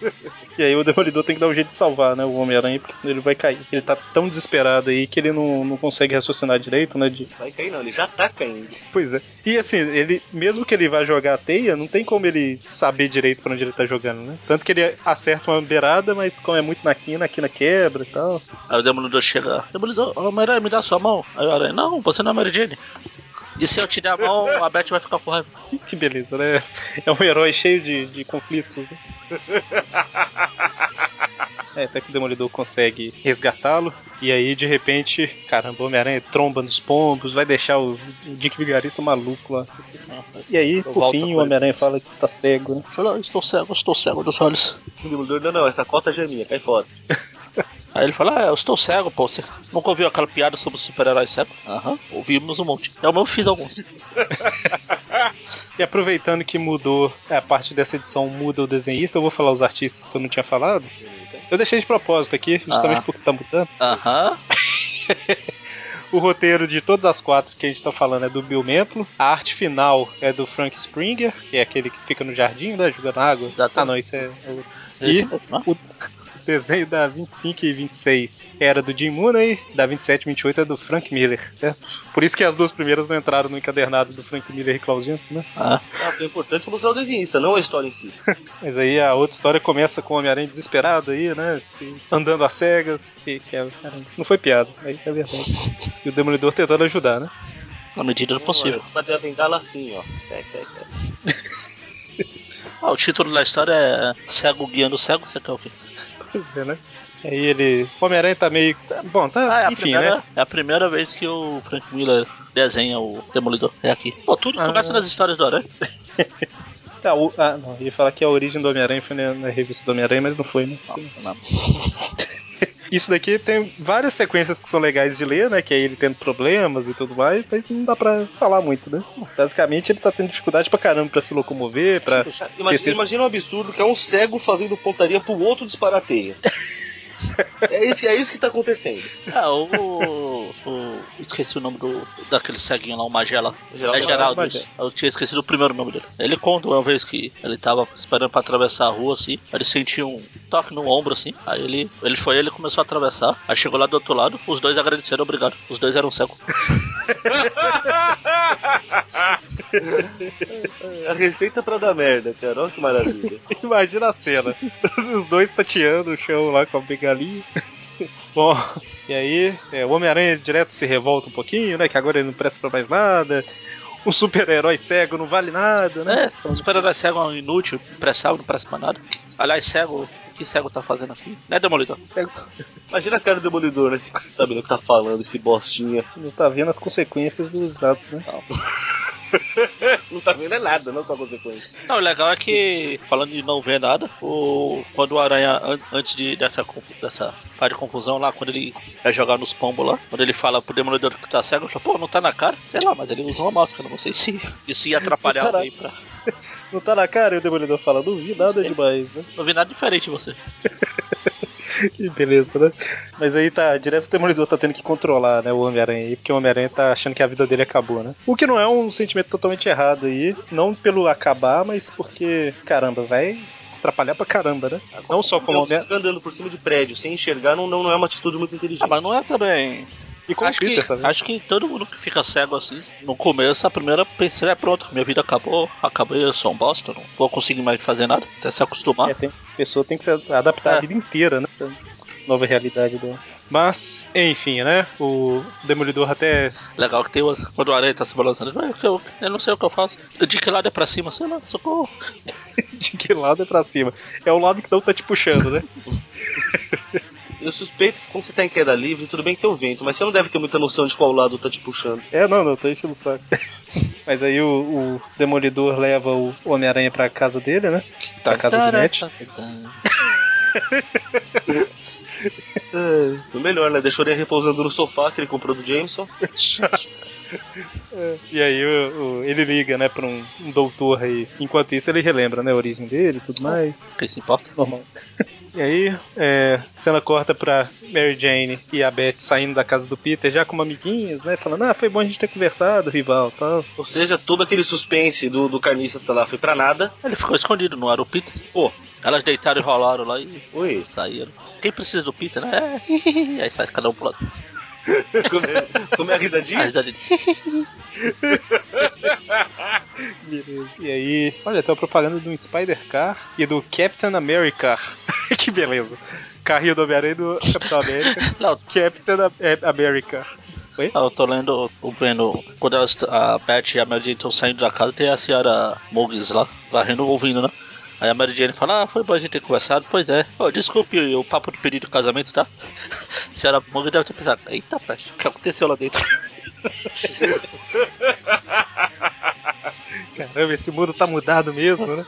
Speaker 1: E aí o Demolidor tem que dar um jeito de salvar, né, o Homem-Aranha, porque senão ele vai cair. Ele tá tão desesperado aí que ele não, não consegue raciocinar direito, né, de...
Speaker 3: Vai cair não, ele já tá caindo.
Speaker 1: Pois é. E assim, ele, mesmo que ele vá jogar a teia, não tem como ele saber direito pra onde ele tá jogando, né? Tanto que ele acerta uma beirada, mas como é muito na quina, a quina quebra e tal.
Speaker 2: Aí o Demolidor chega, Demolidor, "Ô, Homem-Aranha, me dá sua mão. Aí o Aranha, não, você não é Mary Jane. E se eu te der a mão, a Beth vai ficar com raiva.
Speaker 1: Que beleza, né? É um herói cheio de, de conflitos, né? É, até que o Demolidor consegue resgatá-lo. E aí, de repente, caramba, o Homem-Aranha tromba nos pombos, vai deixar o o Dick Vigarista maluco lá. E aí,
Speaker 2: Então
Speaker 1: por
Speaker 2: volta
Speaker 1: fim,
Speaker 2: pra
Speaker 1: o Homem-Aranha fala que está cego, né?
Speaker 2: Falou, "Ah, estou cego, estou cego dos olhos.
Speaker 3: O Demolidor, não, não, essa cota já é minha, cai fora.
Speaker 2: Aí ele fala, ah, eu estou cego, pô. Você nunca ouviu aquela piada sobre super-herói cego? Aham, ouvimos um monte. Eu mesmo fiz alguns.
Speaker 1: E aproveitando que mudou, é, a parte dessa edição muda o desenhista, eu vou falar os artistas que eu não tinha falado.
Speaker 3: É,
Speaker 1: Eu deixei de propósito aqui, justamente
Speaker 2: Ah.
Speaker 1: porque tá mudando.
Speaker 2: Aham,
Speaker 1: O roteiro de todas as quatro que a gente tá falando é do Bill Mantlo. A arte final é do Frank Springer, que é aquele que fica no jardim, né? Jogando água.
Speaker 2: Exatamente.
Speaker 1: Ah, não, isso é. o-
Speaker 2: esse
Speaker 1: E?
Speaker 2: mesmo, né?
Speaker 1: O desenho da 25 e 26 era do Jim Mooney, da 27 e 28 é do Frank Miller, certo? Por isso que as duas primeiras não entraram no encadernado do Frank Miller e Klaus Jensen, né?
Speaker 2: Ah,
Speaker 3: Ah, o importante é mostrar o desenhista, não a história em si.
Speaker 1: Mas aí a outra história começa com o Homem-Aranha desesperado aí, né? Se andando às cegas, e que é- caramba, não foi piada, aí é verdade. E o Demolidor tentando ajudar, né?
Speaker 2: na medida do é possível.
Speaker 3: Bater a bengala assim, ó. Cai, cai, cai.
Speaker 2: Ah, o título da história é Cego guiando cego, você quer o quê?
Speaker 1: Pois é, né? Aí ele. O Homem-Aranha tá meio. tá- Bom,
Speaker 2: Ah, é,
Speaker 1: tá.
Speaker 2: a
Speaker 1: enfim,
Speaker 2: primeira,
Speaker 1: né?
Speaker 2: é a primeira vez que o Frank Miller desenha o Demolidor. É aqui. Pô, tudo começa
Speaker 1: Ah.
Speaker 2: nas histórias do Aranha.
Speaker 1: Ah, o- ah, não, eu ia falar que a origem do Homem-Aranha foi na, na revista do Homem-Aranha, mas não foi, né?
Speaker 2: Ah, Não,
Speaker 1: Isso daqui tem várias sequências que são legais de ler, né? Que é ele tendo problemas e tudo mais, mas não dá pra falar muito, né? Basicamente, ele tá tendo dificuldade pra caramba pra se locomover, pra.
Speaker 3: Cara,
Speaker 1: Esse-
Speaker 3: Imagina, imagina um absurdo que é um cego fazendo pontaria pro outro disparar a teia. é, isso, é isso que tá acontecendo.
Speaker 2: É, o, o. Esqueci o nome do. Daquele ceguinho lá, o Magela. É Geraldo.
Speaker 1: Magela.
Speaker 2: isso. Eu tinha esquecido o primeiro nome dele. Ele conta uma vez que ele tava esperando pra atravessar a rua, assim. Aí ele sentiu um toque no ombro, assim. Aí ele, ele foi ele começou a atravessar. Aí chegou lá do outro lado, os dois agradeceram, obrigado. Os dois eram cegos.
Speaker 3: A receita pra dar merda, cara. Olha que maravilha.
Speaker 1: Imagina a cena. Os dois tateando o chão lá com a bengalinha. Bom, e aí é, o Homem-Aranha direto se revolta um pouquinho, né? Que agora ele não presta pra mais nada. O super-herói cego não vale nada, né?
Speaker 2: É, o super-herói cego é um inútil, impressável, não presta pra nada. Aliás, cego, o que cego tá fazendo aqui? Né, Demolidor?
Speaker 1: Cego
Speaker 3: Imagina a cara do Demolidor, né? Esse- Sabendo o que tá falando, esse bostinha.
Speaker 1: não tá vendo as consequências dos atos, né?
Speaker 3: Não tá vendo é nada, não só consequência.
Speaker 2: Não, o legal é que, falando de não ver nada, o, quando o Aranha, an- antes de, dessa, confu- dessa parte de confusão lá, quando ele é jogar nos pombos lá, quando ele fala pro Demolidor que tá cego, ele fala, pô, não tá na cara? Sei lá, mas ele usa uma máscara, não sei se isso ia atrapalhar
Speaker 1: Caraca.
Speaker 2: alguém pra...
Speaker 1: Não tá na cara e o Demolidor fala, não vi nada
Speaker 2: Sim.
Speaker 1: demais, né?
Speaker 2: Não vi nada diferente de você.
Speaker 1: Que beleza, né? Mas aí tá, direto o Demolidor tá tendo que controlar, né, o Homem-Aranha aí, porque o Homem-Aranha tá achando que a vida dele acabou, né? O que não é um sentimento totalmente errado aí, não pelo acabar, mas porque, caramba, vai atrapalhar pra caramba, né? Não só como
Speaker 3: Então,
Speaker 1: Homem-Aranha,
Speaker 3: fica andando por cima de prédio sem enxergar não, não, não é uma atitude muito inteligente.
Speaker 2: Ah, mas não é também...
Speaker 1: e como
Speaker 2: acho,
Speaker 1: Peter,
Speaker 2: que,
Speaker 1: sabe?
Speaker 2: acho que todo mundo que fica cego assim, no começo, a primeira pensei, é pronto, minha vida acabou, acabei, eu sou um bosta, não vou conseguir mais fazer nada, até se acostumar.
Speaker 1: É, tem- a pessoa tem que se adaptar a
Speaker 2: É.
Speaker 1: vida inteira, né? pra Nova realidade dela. Mas, enfim, né? O Demolidor até.
Speaker 2: Legal que tem umas. Quando o aranha tá se balançando, eu, eu, eu não sei o que eu faço. De que lado é pra cima? Sei lá, socorro.
Speaker 1: De que lado é pra cima? É o lado que não tá te puxando, né?
Speaker 3: Eu suspeito que quando você tá em queda livre, tudo bem que tem o vento, mas você não deve ter muita noção de qual lado tá te puxando.
Speaker 1: É, não, não, tô enchendo o saco. Mas aí o, o Demolidor leva o Homem-Aranha pra casa dele, né? Pra
Speaker 2: Tá.
Speaker 1: casa do Net.
Speaker 3: O melhor, né? Deixou ele repousando no sofá que ele comprou do Jameson.
Speaker 1: É. E aí o- o- ele liga, né, pra um, um doutor aí. Enquanto isso, ele relembra, né, a origem dele e tudo mais.
Speaker 2: Quem se importa?
Speaker 1: Normal. E aí, é, cena corta pra Mary Jane e a Beth saindo da casa do Peter, já como amiguinhas, né? Falando, ah, foi bom a gente ter conversado, rival tal.
Speaker 3: Ou seja, todo aquele suspense do, do carniça tá lá foi pra nada.
Speaker 2: Ele ficou escondido no ar, o Peter.
Speaker 3: Pô,
Speaker 2: Elas deitaram e rolaram lá e
Speaker 3: oi.
Speaker 2: saíram. Quem precisa do Peter, né? É. Aí sai cada um pro lado.
Speaker 3: Como é, como é a
Speaker 2: Aí
Speaker 3: risadinha?
Speaker 2: eles dali,
Speaker 1: Beleza. E aí, olha, tem uma propaganda do um Spider Car e do Captain America. que beleza. Carrinho do Homem-Aranha e do Capitão América.
Speaker 2: Não,
Speaker 1: Captain Am- é, America.
Speaker 2: eu tô lendo, tô vendo. Quando elas, a Beth e a Mary Jane estão saindo da casa, tem a senhora Muggs lá, varrendo, ouvindo, né? Aí a Mary Jane fala, ah, foi bom a gente ter conversado, pois é. Ô, desculpe o papo de pedido de casamento, tá? A senhora Muggs deve ter pensado, eita peste, o que aconteceu lá dentro?
Speaker 1: Caramba, esse mundo tá mudado mesmo, né?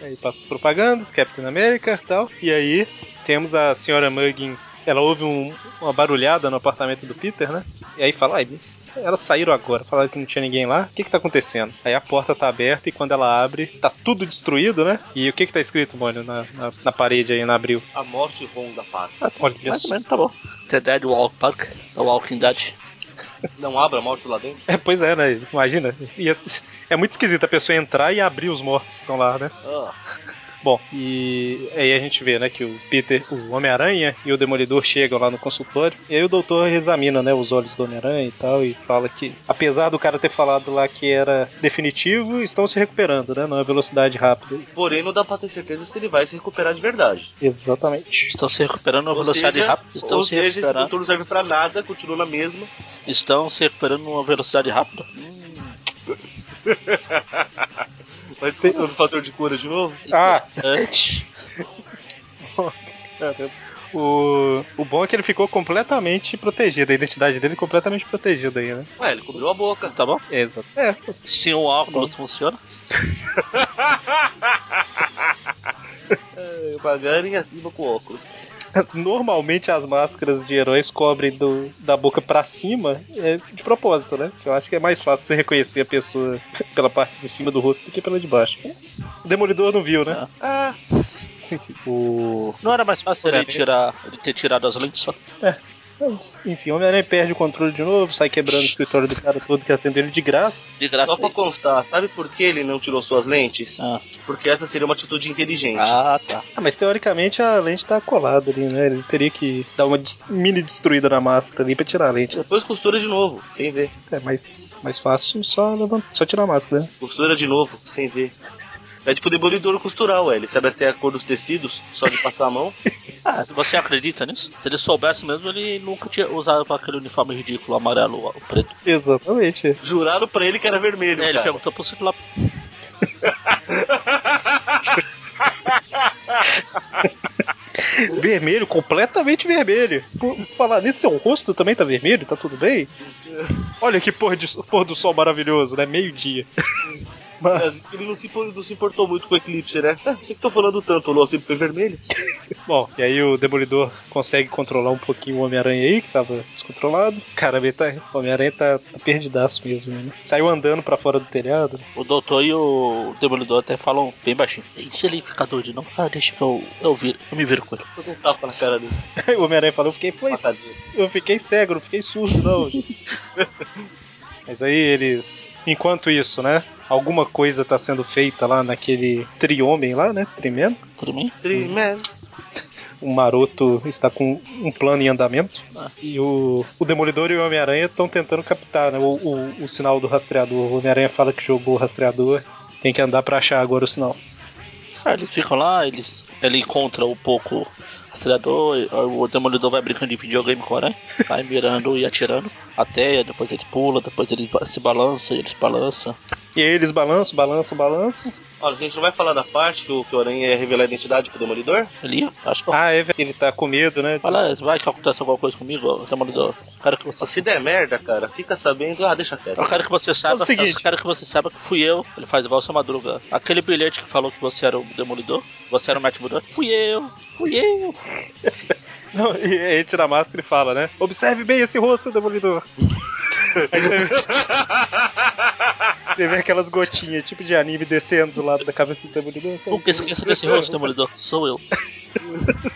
Speaker 1: aí passa as propagandas, Captain America e tal. E aí, temos a senhora Muggins. Ela ouve um- uma barulhada no apartamento do Peter, né? E aí fala, ai, mas elas saíram agora, falaram que não tinha ninguém lá. O que que tá acontecendo? Aí a porta tá aberta e quando ela abre, tá tudo destruído, né? E o que que tá escrito, Mônio, na, na, na parede aí, na abril?
Speaker 3: A morte ronda a pátria.
Speaker 2: Ah, tá.
Speaker 1: Olha
Speaker 2: Mais
Speaker 1: isso.
Speaker 2: ou menos, tá bom. The Dead Walk Park, The Walking Dead.
Speaker 3: Não abra a morte lá dentro.
Speaker 1: É, pois é, né? Imagina. E é- é muito esquisito a pessoa entrar e abrir os mortos que estão lá, né?
Speaker 3: Ah,
Speaker 1: Bom, e aí a gente vê, né, que o Peter, o Homem-Aranha e o Demolidor chegam lá no consultório. E aí o doutor examina, né, os olhos do Homem-Aranha e tal, e fala que, apesar do cara ter falado lá que era definitivo, estão se recuperando, né, numa velocidade rápida.
Speaker 3: porém, não dá pra ter certeza se ele vai se recuperar de verdade.
Speaker 1: Exatamente.
Speaker 2: Estão se recuperando a
Speaker 3: Ou
Speaker 2: velocidade
Speaker 3: seja-
Speaker 2: rápida. Estão
Speaker 3: ou
Speaker 2: se
Speaker 3: seja, esse
Speaker 2: recuperando.
Speaker 3: futuro não serve pra nada, continua na mesma.
Speaker 2: Estão se recuperando numa velocidade rápida.
Speaker 3: Hum. Vai discutindo o
Speaker 1: Pensa.
Speaker 3: fator de cura de novo.
Speaker 1: Ah,
Speaker 2: Interessante.
Speaker 1: o, o bom é que ele ficou completamente protegido, a identidade dele completamente protegida aí, né?
Speaker 3: Ué, ele cobriu a boca.
Speaker 2: tá bom?
Speaker 1: É, Exato. É,
Speaker 2: Se um óculos
Speaker 3: Hum.
Speaker 2: funciona,
Speaker 3: É, Devagarinho acima com o óculos.
Speaker 1: Normalmente as máscaras de heróis cobrem do- da boca pra cima é, de propósito, né? Eu acho que é mais fácil você reconhecer a pessoa pela parte de cima do rosto do que pela de baixo. Mas o Demolidor não viu, né?
Speaker 3: Ah,
Speaker 1: O...
Speaker 2: não era mais fácil ele
Speaker 1: Obviamente.
Speaker 2: tirar, ele ter tirado as lentes só.
Speaker 1: Mas, enfim, o Homem-Aranha perde o controle de novo, sai quebrando o escritório do cara todo que atendeu ele de graça.
Speaker 2: De graça.
Speaker 3: Só pra
Speaker 2: aí.
Speaker 3: constar, sabe por que ele não tirou suas lentes?
Speaker 2: Ah,
Speaker 3: Porque essa seria uma atitude inteligente.
Speaker 2: ah, tá.
Speaker 1: Ah, mas teoricamente a lente tá colada ali, né? Ele teria que dar uma des- mini destruída na máscara ali pra tirar a lente.
Speaker 3: Depois costura de novo, sem ver.
Speaker 1: É mais, mais fácil só, levantar, só tirar a máscara, né?
Speaker 3: Costura de novo, sem ver. É tipo demolidor costural, é. Ele sabe até a cor dos tecidos, só de passar a mão.
Speaker 2: Ah, se você acredita nisso? Se ele soubesse mesmo, ele nunca tinha usado aquele uniforme ridículo, amarelo ou preto.
Speaker 1: Exatamente. é.
Speaker 3: Juraram pra ele que era vermelho,
Speaker 2: É, ele
Speaker 3: cara.
Speaker 2: perguntou pro Ciclope.
Speaker 1: Vermelho, completamente vermelho. Por falar nisso, seu rosto também tá vermelho? Tá tudo bem? Olha que pôr, de, pôr do sol maravilhoso, né? Meio-dia. Mas,
Speaker 3: É, Ele não se, impor- não se importou muito com o eclipse, né? Ah, você que tô falando tanto, o sempre foi vermelho.
Speaker 1: bom, e aí o Demolidor consegue controlar um pouquinho o Homem-Aranha aí, que tava descontrolado. Cara, ele tá, o Homem-Aranha tá, tá perdidaço mesmo, né? Saiu andando pra fora do telhado. né?
Speaker 2: O doutor e o demolidor até falam bem baixinho. E se ele ficar doido não? Ah, deixa que eu, eu viro, eu me viro com ele.
Speaker 3: Vou dar um tapa na cara dele.
Speaker 1: Aí o Homem-Aranha falou, eu fiquei, foi,
Speaker 3: Matadinho.
Speaker 1: eu fiquei cego, não fiquei surdo, não. gente." Mas aí eles. Enquanto isso, né? Alguma coisa tá sendo feita lá naquele tri-homem lá, né? Trimeno.
Speaker 2: Tremendo.
Speaker 3: Tremendo.
Speaker 1: O maroto está com um plano em andamento.
Speaker 2: Ah.
Speaker 1: E o, o Demolidor e o Homem-Aranha estão tentando captar né, o, o- o sinal do rastreador. O Homem-Aranha fala que jogou o rastreador. Tem que andar pra achar agora o sinal.
Speaker 2: Ah, eles ficam lá, eles, ele encontra um pouco rastreador, e- o demolidor vai brincando de videogame com o aranha, vai mirando e atirando. Até, depois ele pula, depois ele ba- se balança, eles balançam.
Speaker 1: E aí eles balançam, balançam, balançam.
Speaker 3: Olha, a gente não vai falar da parte que o, que o Aranha ia revelar a identidade pro Demolidor?
Speaker 2: Ele, ia, acho que
Speaker 1: Ah, é, verdade, ele tá com medo, né?
Speaker 2: Fala, vai que acontece alguma coisa comigo, ô, demolidor. Eu Quero que você
Speaker 3: Se
Speaker 2: se
Speaker 3: der merda, cara, fica sabendo. Ah, deixa quieto.
Speaker 2: eu quero que você saiba,
Speaker 1: É seguinte.
Speaker 2: eu quero que você saiba que fui eu. Ele faz igual o seu madruga. Aquele bilhete que falou que você era o demolidor, você era o Matt Murdock, fui eu, fui eu.
Speaker 1: Não, e aí ele tira a máscara e fala, né? Observe bem esse rosto, Demolidor. Aí você vê, você vê aquelas gotinhas, tipo de anime, descendo do lado da cabeça do Demolidor. Sabe?
Speaker 2: Nunca esqueça desse rosto, demolidor. Sou eu.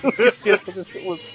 Speaker 1: Nunca esqueça desse rosto.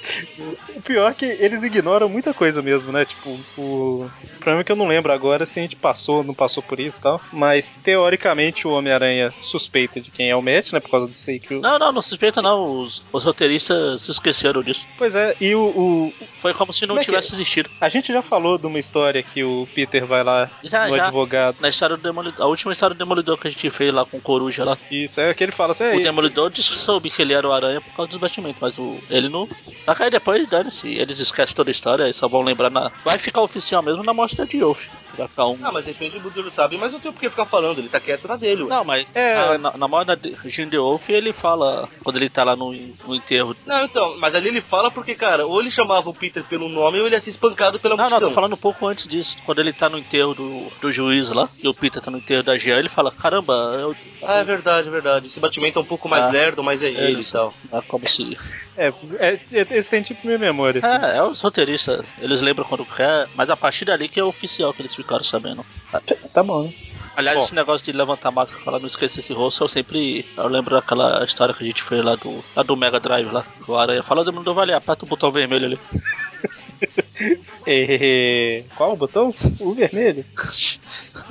Speaker 1: O pior é que eles ignoram muita coisa mesmo, né? Tipo, o... o problema é que eu não lembro agora se a gente passou ou não passou por isso e tal. Mas, teoricamente, o Homem-Aranha suspeita de quem é o Matt, né? Por causa disso aí que o...
Speaker 2: Não, não, não suspeita não. Os, os roteiristas se esqueceram disso.
Speaker 1: Pois é, e o... o-
Speaker 2: Foi como se não
Speaker 1: Como é que
Speaker 2: tivesse existido.
Speaker 1: A gente já falou de uma história que o Peter vai lá
Speaker 2: Ah, Já,
Speaker 1: no
Speaker 2: já.
Speaker 1: advogado.
Speaker 2: Na história do Demolidor, a última história do Demolidor que a gente fez lá com o Coruja lá,
Speaker 1: Isso, é que ele fala assim, "Ei,
Speaker 2: o Demolidor disse que soube que ele era o Aranha por causa dos batimentos, mas o, ele não. Só que aí depois, dane-se, eles esquecem toda a história e só vão lembrar na. Vai ficar oficial mesmo na mostra de Wolf. que Vai ficar um.
Speaker 3: Ah, mas de repente o Demolidor sabe, mas não tem por que ficar falando, ele tá quieto na dele, ué.
Speaker 2: Não, mas
Speaker 1: É.
Speaker 2: na- na, na mostra de Jim de Wolf ele fala, quando ele tá lá no, no enterro.
Speaker 3: Não, então, mas ali ele fala porque, cara, ou ele chamava o Peter pelo nome ou ele ia ser espancado pela
Speaker 2: Não, não,
Speaker 1: então.
Speaker 3: multidão.
Speaker 2: tô falando um pouco antes disso. Quando ele tá no enterro do, do juiz lá, e o Peter tá no enterro da Jean, ele fala, caramba, eu.
Speaker 3: Ah, é verdade, é verdade. Esse batimento é um pouco mais
Speaker 2: Ah,
Speaker 3: lerdo, mas é ele e
Speaker 2: isso.
Speaker 3: tal.
Speaker 2: É como se.
Speaker 1: É, é, é- eles têm tipo minha memória. assim.
Speaker 2: É, é os roteiristas, eles lembram quando quer, mas a partir dali que é oficial que eles ficaram sabendo.
Speaker 1: Tá bom, né?
Speaker 2: Aliás,
Speaker 1: Bom.
Speaker 2: esse negócio de levantar a máscara e falar não esqueça esse rosto, eu sempre. Eu lembro daquela história que a gente fez lá do, lá do Mega Drive lá. que O Aranha fala, demônio vai ali, aperta o botão vermelho ali.
Speaker 1: É, Qual o botão? O vermelho.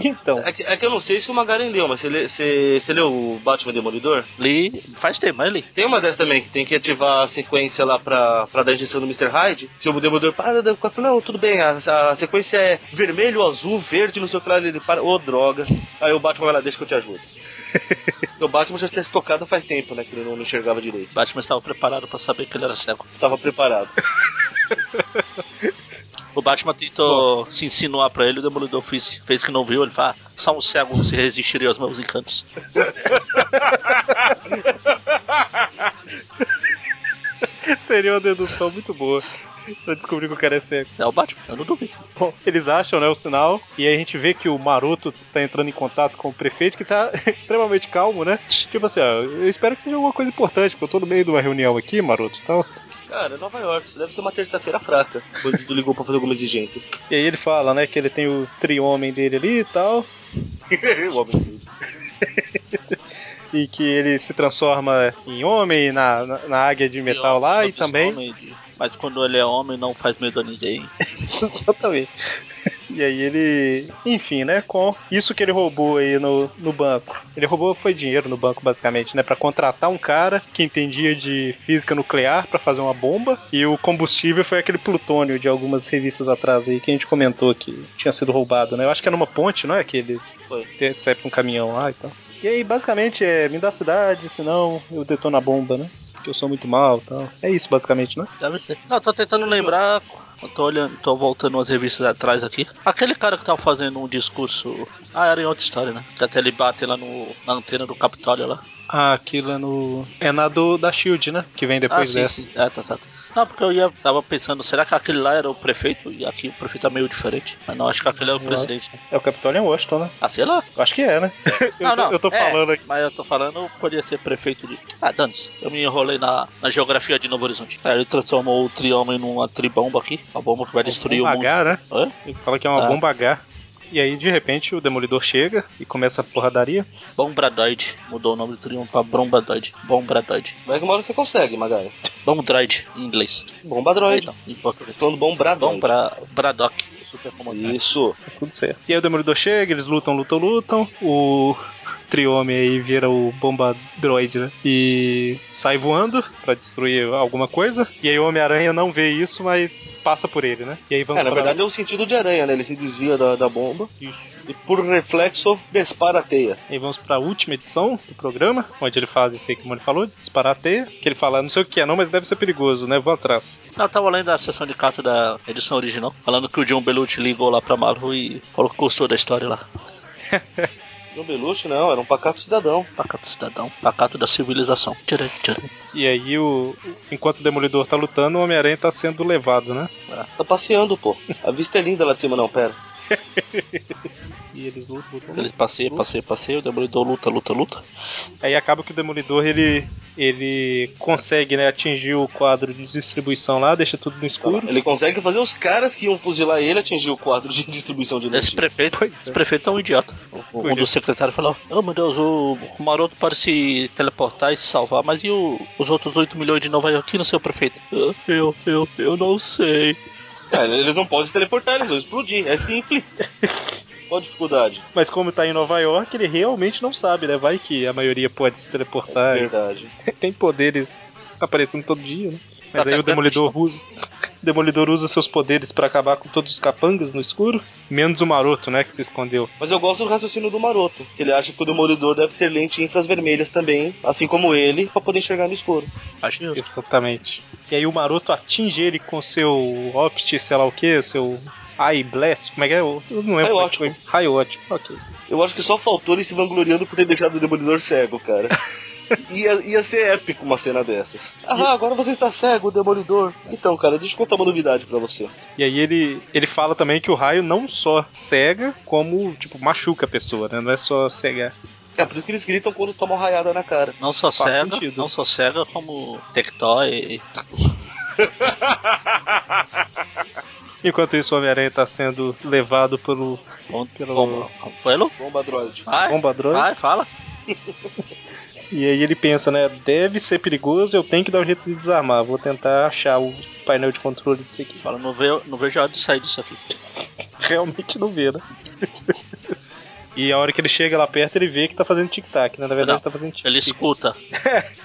Speaker 1: Então,
Speaker 3: É que, é que eu não sei se o Magaren leu, mas você, lê- você, você leu o Batman Demolidor?
Speaker 2: Li, faz tempo, mas li.
Speaker 3: Tem uma dessas também que tem que ativar a sequência lá pra, pra dar injeção do Mr. Hyde. Que o Demolidor para, da- fala, não, tudo bem, a, a sequência é vermelho, azul, verde, não sei o que lá. Ele para, ô droga. Aí o Batman vai lá, deixa que eu te ajudo. o Batman já tinha se tocado faz tempo, né? Que ele não, não enxergava direito.
Speaker 2: Batman estava preparado pra saber que ele era cego.
Speaker 3: Estava preparado.
Speaker 2: O Batman tentou se insinuar pra ele, o Demolidor fez, fez que não viu. Ele fala, ah, só um cego se resistiria aos meus encantos.
Speaker 1: seria uma dedução muito boa pra descobrir que o cara é cego.
Speaker 2: É o Batman, eu não duvido.
Speaker 1: Bom, eles acham, né, o sinal, e aí a gente vê que o Maroto está entrando em contato com o prefeito, que tá extremamente calmo, né? Tipo assim, ó, eu espero que seja alguma coisa importante, porque eu tô no meio de uma reunião aqui, Maroto, e tal.
Speaker 3: Cara, Nova York, isso deve ser uma terça-feira fraca. Quando ele ligou pra fazer alguma exigência.
Speaker 1: E aí ele fala, né, que ele tem o tri-homem dele ali e tal,
Speaker 3: o homem
Speaker 1: Ah, e que ele se transforma em homem na, na, na águia de metal lá, e também...
Speaker 2: Lobisomem é de- Mas quando ele é homem, não faz medo a ninguém.
Speaker 1: Exatamente. E aí ele. Enfim, né? Com isso que ele roubou aí no, no banco. Ele roubou foi dinheiro no banco, basicamente, né? Pra contratar um cara que entendia de física nuclear pra fazer uma bomba. E o combustível foi aquele plutônio de algumas revistas atrás aí que a gente comentou que tinha sido roubado, né? Eu acho que era numa ponte, não é? Que eles
Speaker 3: Foi.
Speaker 1: interceptam um caminhão lá e tal. E aí, basicamente, é me dá a cidade, senão eu detono a bomba, né? Porque eu sou muito mal e tal. É isso, basicamente, né?
Speaker 2: Deve ser. Não, tô tentando lembrar. eu Tô olhando, tô voltando umas revistas atrás aqui. Aquele cara que tava fazendo um discurso. Ah, era em outra história, né? Que até ele bate lá no, na antena do Capitólio lá.
Speaker 1: Ah, aquilo é no. É na do, da Shield, né? Que vem depois
Speaker 2: ah, sim,
Speaker 1: dessa.
Speaker 2: sim. Ah, tá certo. Não, porque eu ia, tava pensando, será que aquele lá era o prefeito? E aqui o prefeito é meio diferente. Mas não, acho que aquele é o
Speaker 1: Não.
Speaker 2: presidente.
Speaker 1: É o Capitólio em Washington, né?
Speaker 2: Ah, sei lá.
Speaker 1: Eu acho que é, né? eu, tô,
Speaker 2: Não, não,
Speaker 1: eu tô
Speaker 2: é,
Speaker 1: falando aqui.
Speaker 2: Mas eu tô falando, podia ser prefeito de. Ah, dane Eu me enrolei na, na geografia de Novo Horizonte. Aí ele transformou o triômino numa tribomba aqui. Uma bomba que vai destruir o
Speaker 1: bomba
Speaker 2: mundo.
Speaker 1: H, né?
Speaker 2: Hã?
Speaker 1: Ele fala que é uma
Speaker 2: Ah.
Speaker 1: bomba H. E aí, de repente, o Demolidor chega e começa a porradaria.
Speaker 2: Bombradoid. Mudou o nome do triunfo pra Bombradoid. Bombradoid.
Speaker 3: Vai que uma hora você consegue, Magari.
Speaker 2: Bombroid em inglês.
Speaker 3: Bomba droid.
Speaker 2: Então, em português.
Speaker 3: Falando bom bradão.
Speaker 2: Bombra... Bradock. o Super comandante.
Speaker 3: Isso.
Speaker 1: Tá tudo certo. E aí o Demolidor chega, eles lutam, lutam, lutam. O Triome aí vira o bomba droid, né? E sai voando pra destruir alguma coisa. E aí o Homem-Aranha não vê isso, mas passa por ele, né? E aí vamos
Speaker 3: É, na
Speaker 1: pra...
Speaker 3: verdade é o sentido de aranha, né? Ele se desvia da, da bomba
Speaker 1: Isso.
Speaker 3: e por reflexo dispara a teia.
Speaker 1: E aí vamos pra última edição do programa, onde ele faz isso aí, como ele falou, disparar a teia. Que ele fala, não sei o que é não, mas deve ser perigoso, né? Vou atrás.
Speaker 2: Não, eu tava lendo a sessão de carta da edição original, falando que o John Belushi ligou lá pra Marvel e falou que gostou da história lá.
Speaker 3: No Belushi não, era um pacato cidadão.
Speaker 2: Pacato cidadão, pacato da civilização. Tcharam, tcharam.
Speaker 1: E aí, o... enquanto o Demolidor tá lutando, o Homem-Aranha tá sendo levado, né?
Speaker 3: Tá passeando, pô. A vista é linda lá de cima, não, pera.
Speaker 1: E eles lutam, lutam,
Speaker 2: Ele passeia, passeia, passeia, o Demolidor luta, luta, luta.
Speaker 1: Aí acaba que o Demolidor ele, ele consegue né, atingir o quadro de distribuição lá, deixa tudo no escuro.
Speaker 3: Tá Ele consegue fazer os caras que iam fuzilar ele atingir o quadro de distribução de
Speaker 2: Esse
Speaker 3: energia.
Speaker 2: prefeito,
Speaker 1: Pois é.
Speaker 2: esse prefeito é um idiota. O- o- Um dos secretários falou: Oh meu Deus, o, o maroto pode se teleportar e se salvar, mas e o- os outros 8 milhões de Nova York, e no seu prefeito? "Eu- Eu, eu, eu não sei.
Speaker 3: Cara, É, eles não podem se teleportar, eles vão explodir. É simples. Qual a dificuldade?
Speaker 1: Mas como tá em Nova York, ele realmente não sabe, né? Vai que a maioria pode se teleportar.
Speaker 3: É Verdade.
Speaker 1: Tem poderes aparecendo todo dia, né? Mas
Speaker 2: Tá
Speaker 1: aí o
Speaker 2: certo,
Speaker 1: Demolidor usa. O Demolidor usa seus poderes pra acabar com todos os capangas no escuro, menos o maroto, né? Que se escondeu.
Speaker 3: Mas eu gosto do raciocínio do Maroto, que ele acha que o Demolidor deve ter lente infravermelhas também, assim como ele, pra poder enxergar no escuro.
Speaker 2: Acho que
Speaker 1: Exatamente. E aí o maroto atinge ele com seu Opt, sei lá o que, seu Eye Blast. Como é que é? Eu não lembro.
Speaker 3: Eye
Speaker 1: como é que foi. Eye Ótimo. Ok.
Speaker 3: Eu acho que só faltou ele se vangloriando por ter deixado o Demolidor cego, cara. Ia, ia ser épico uma cena dessa. Ah, agora você está cego, Demolidor. Então, cara, deixa eu contar uma novidade pra você.
Speaker 1: E aí ele, ele fala também que o raio não só cega, como, tipo, machuca a pessoa, né? Não é só cegar.
Speaker 3: É por isso que eles gritam quando tomam raiada na cara.
Speaker 2: não só
Speaker 1: Faz
Speaker 2: cega,
Speaker 1: sentido.
Speaker 2: não só cega como Tectoy.
Speaker 1: Enquanto isso, o Homem-Aranha tá sendo levado pelo
Speaker 2: Bom,
Speaker 1: Pelo-
Speaker 2: bom, bom, pelo?
Speaker 3: Bomba droid.
Speaker 2: Vai,
Speaker 1: bomba droid.
Speaker 2: vai, fala.
Speaker 1: E aí ele pensa, né? Deve ser perigoso, eu tenho que dar um jeito de desarmar. Vou tentar achar o painel de controle disso aqui.
Speaker 2: Fala, não, ve, não vejo a hora de sair disso aqui.
Speaker 1: Realmente não vê, né? E a hora que ele chega lá perto, ele vê que tá fazendo tic-tac, né? Na verdade,
Speaker 2: Não,
Speaker 1: tá fazendo tic-tac.
Speaker 2: Ele escuta,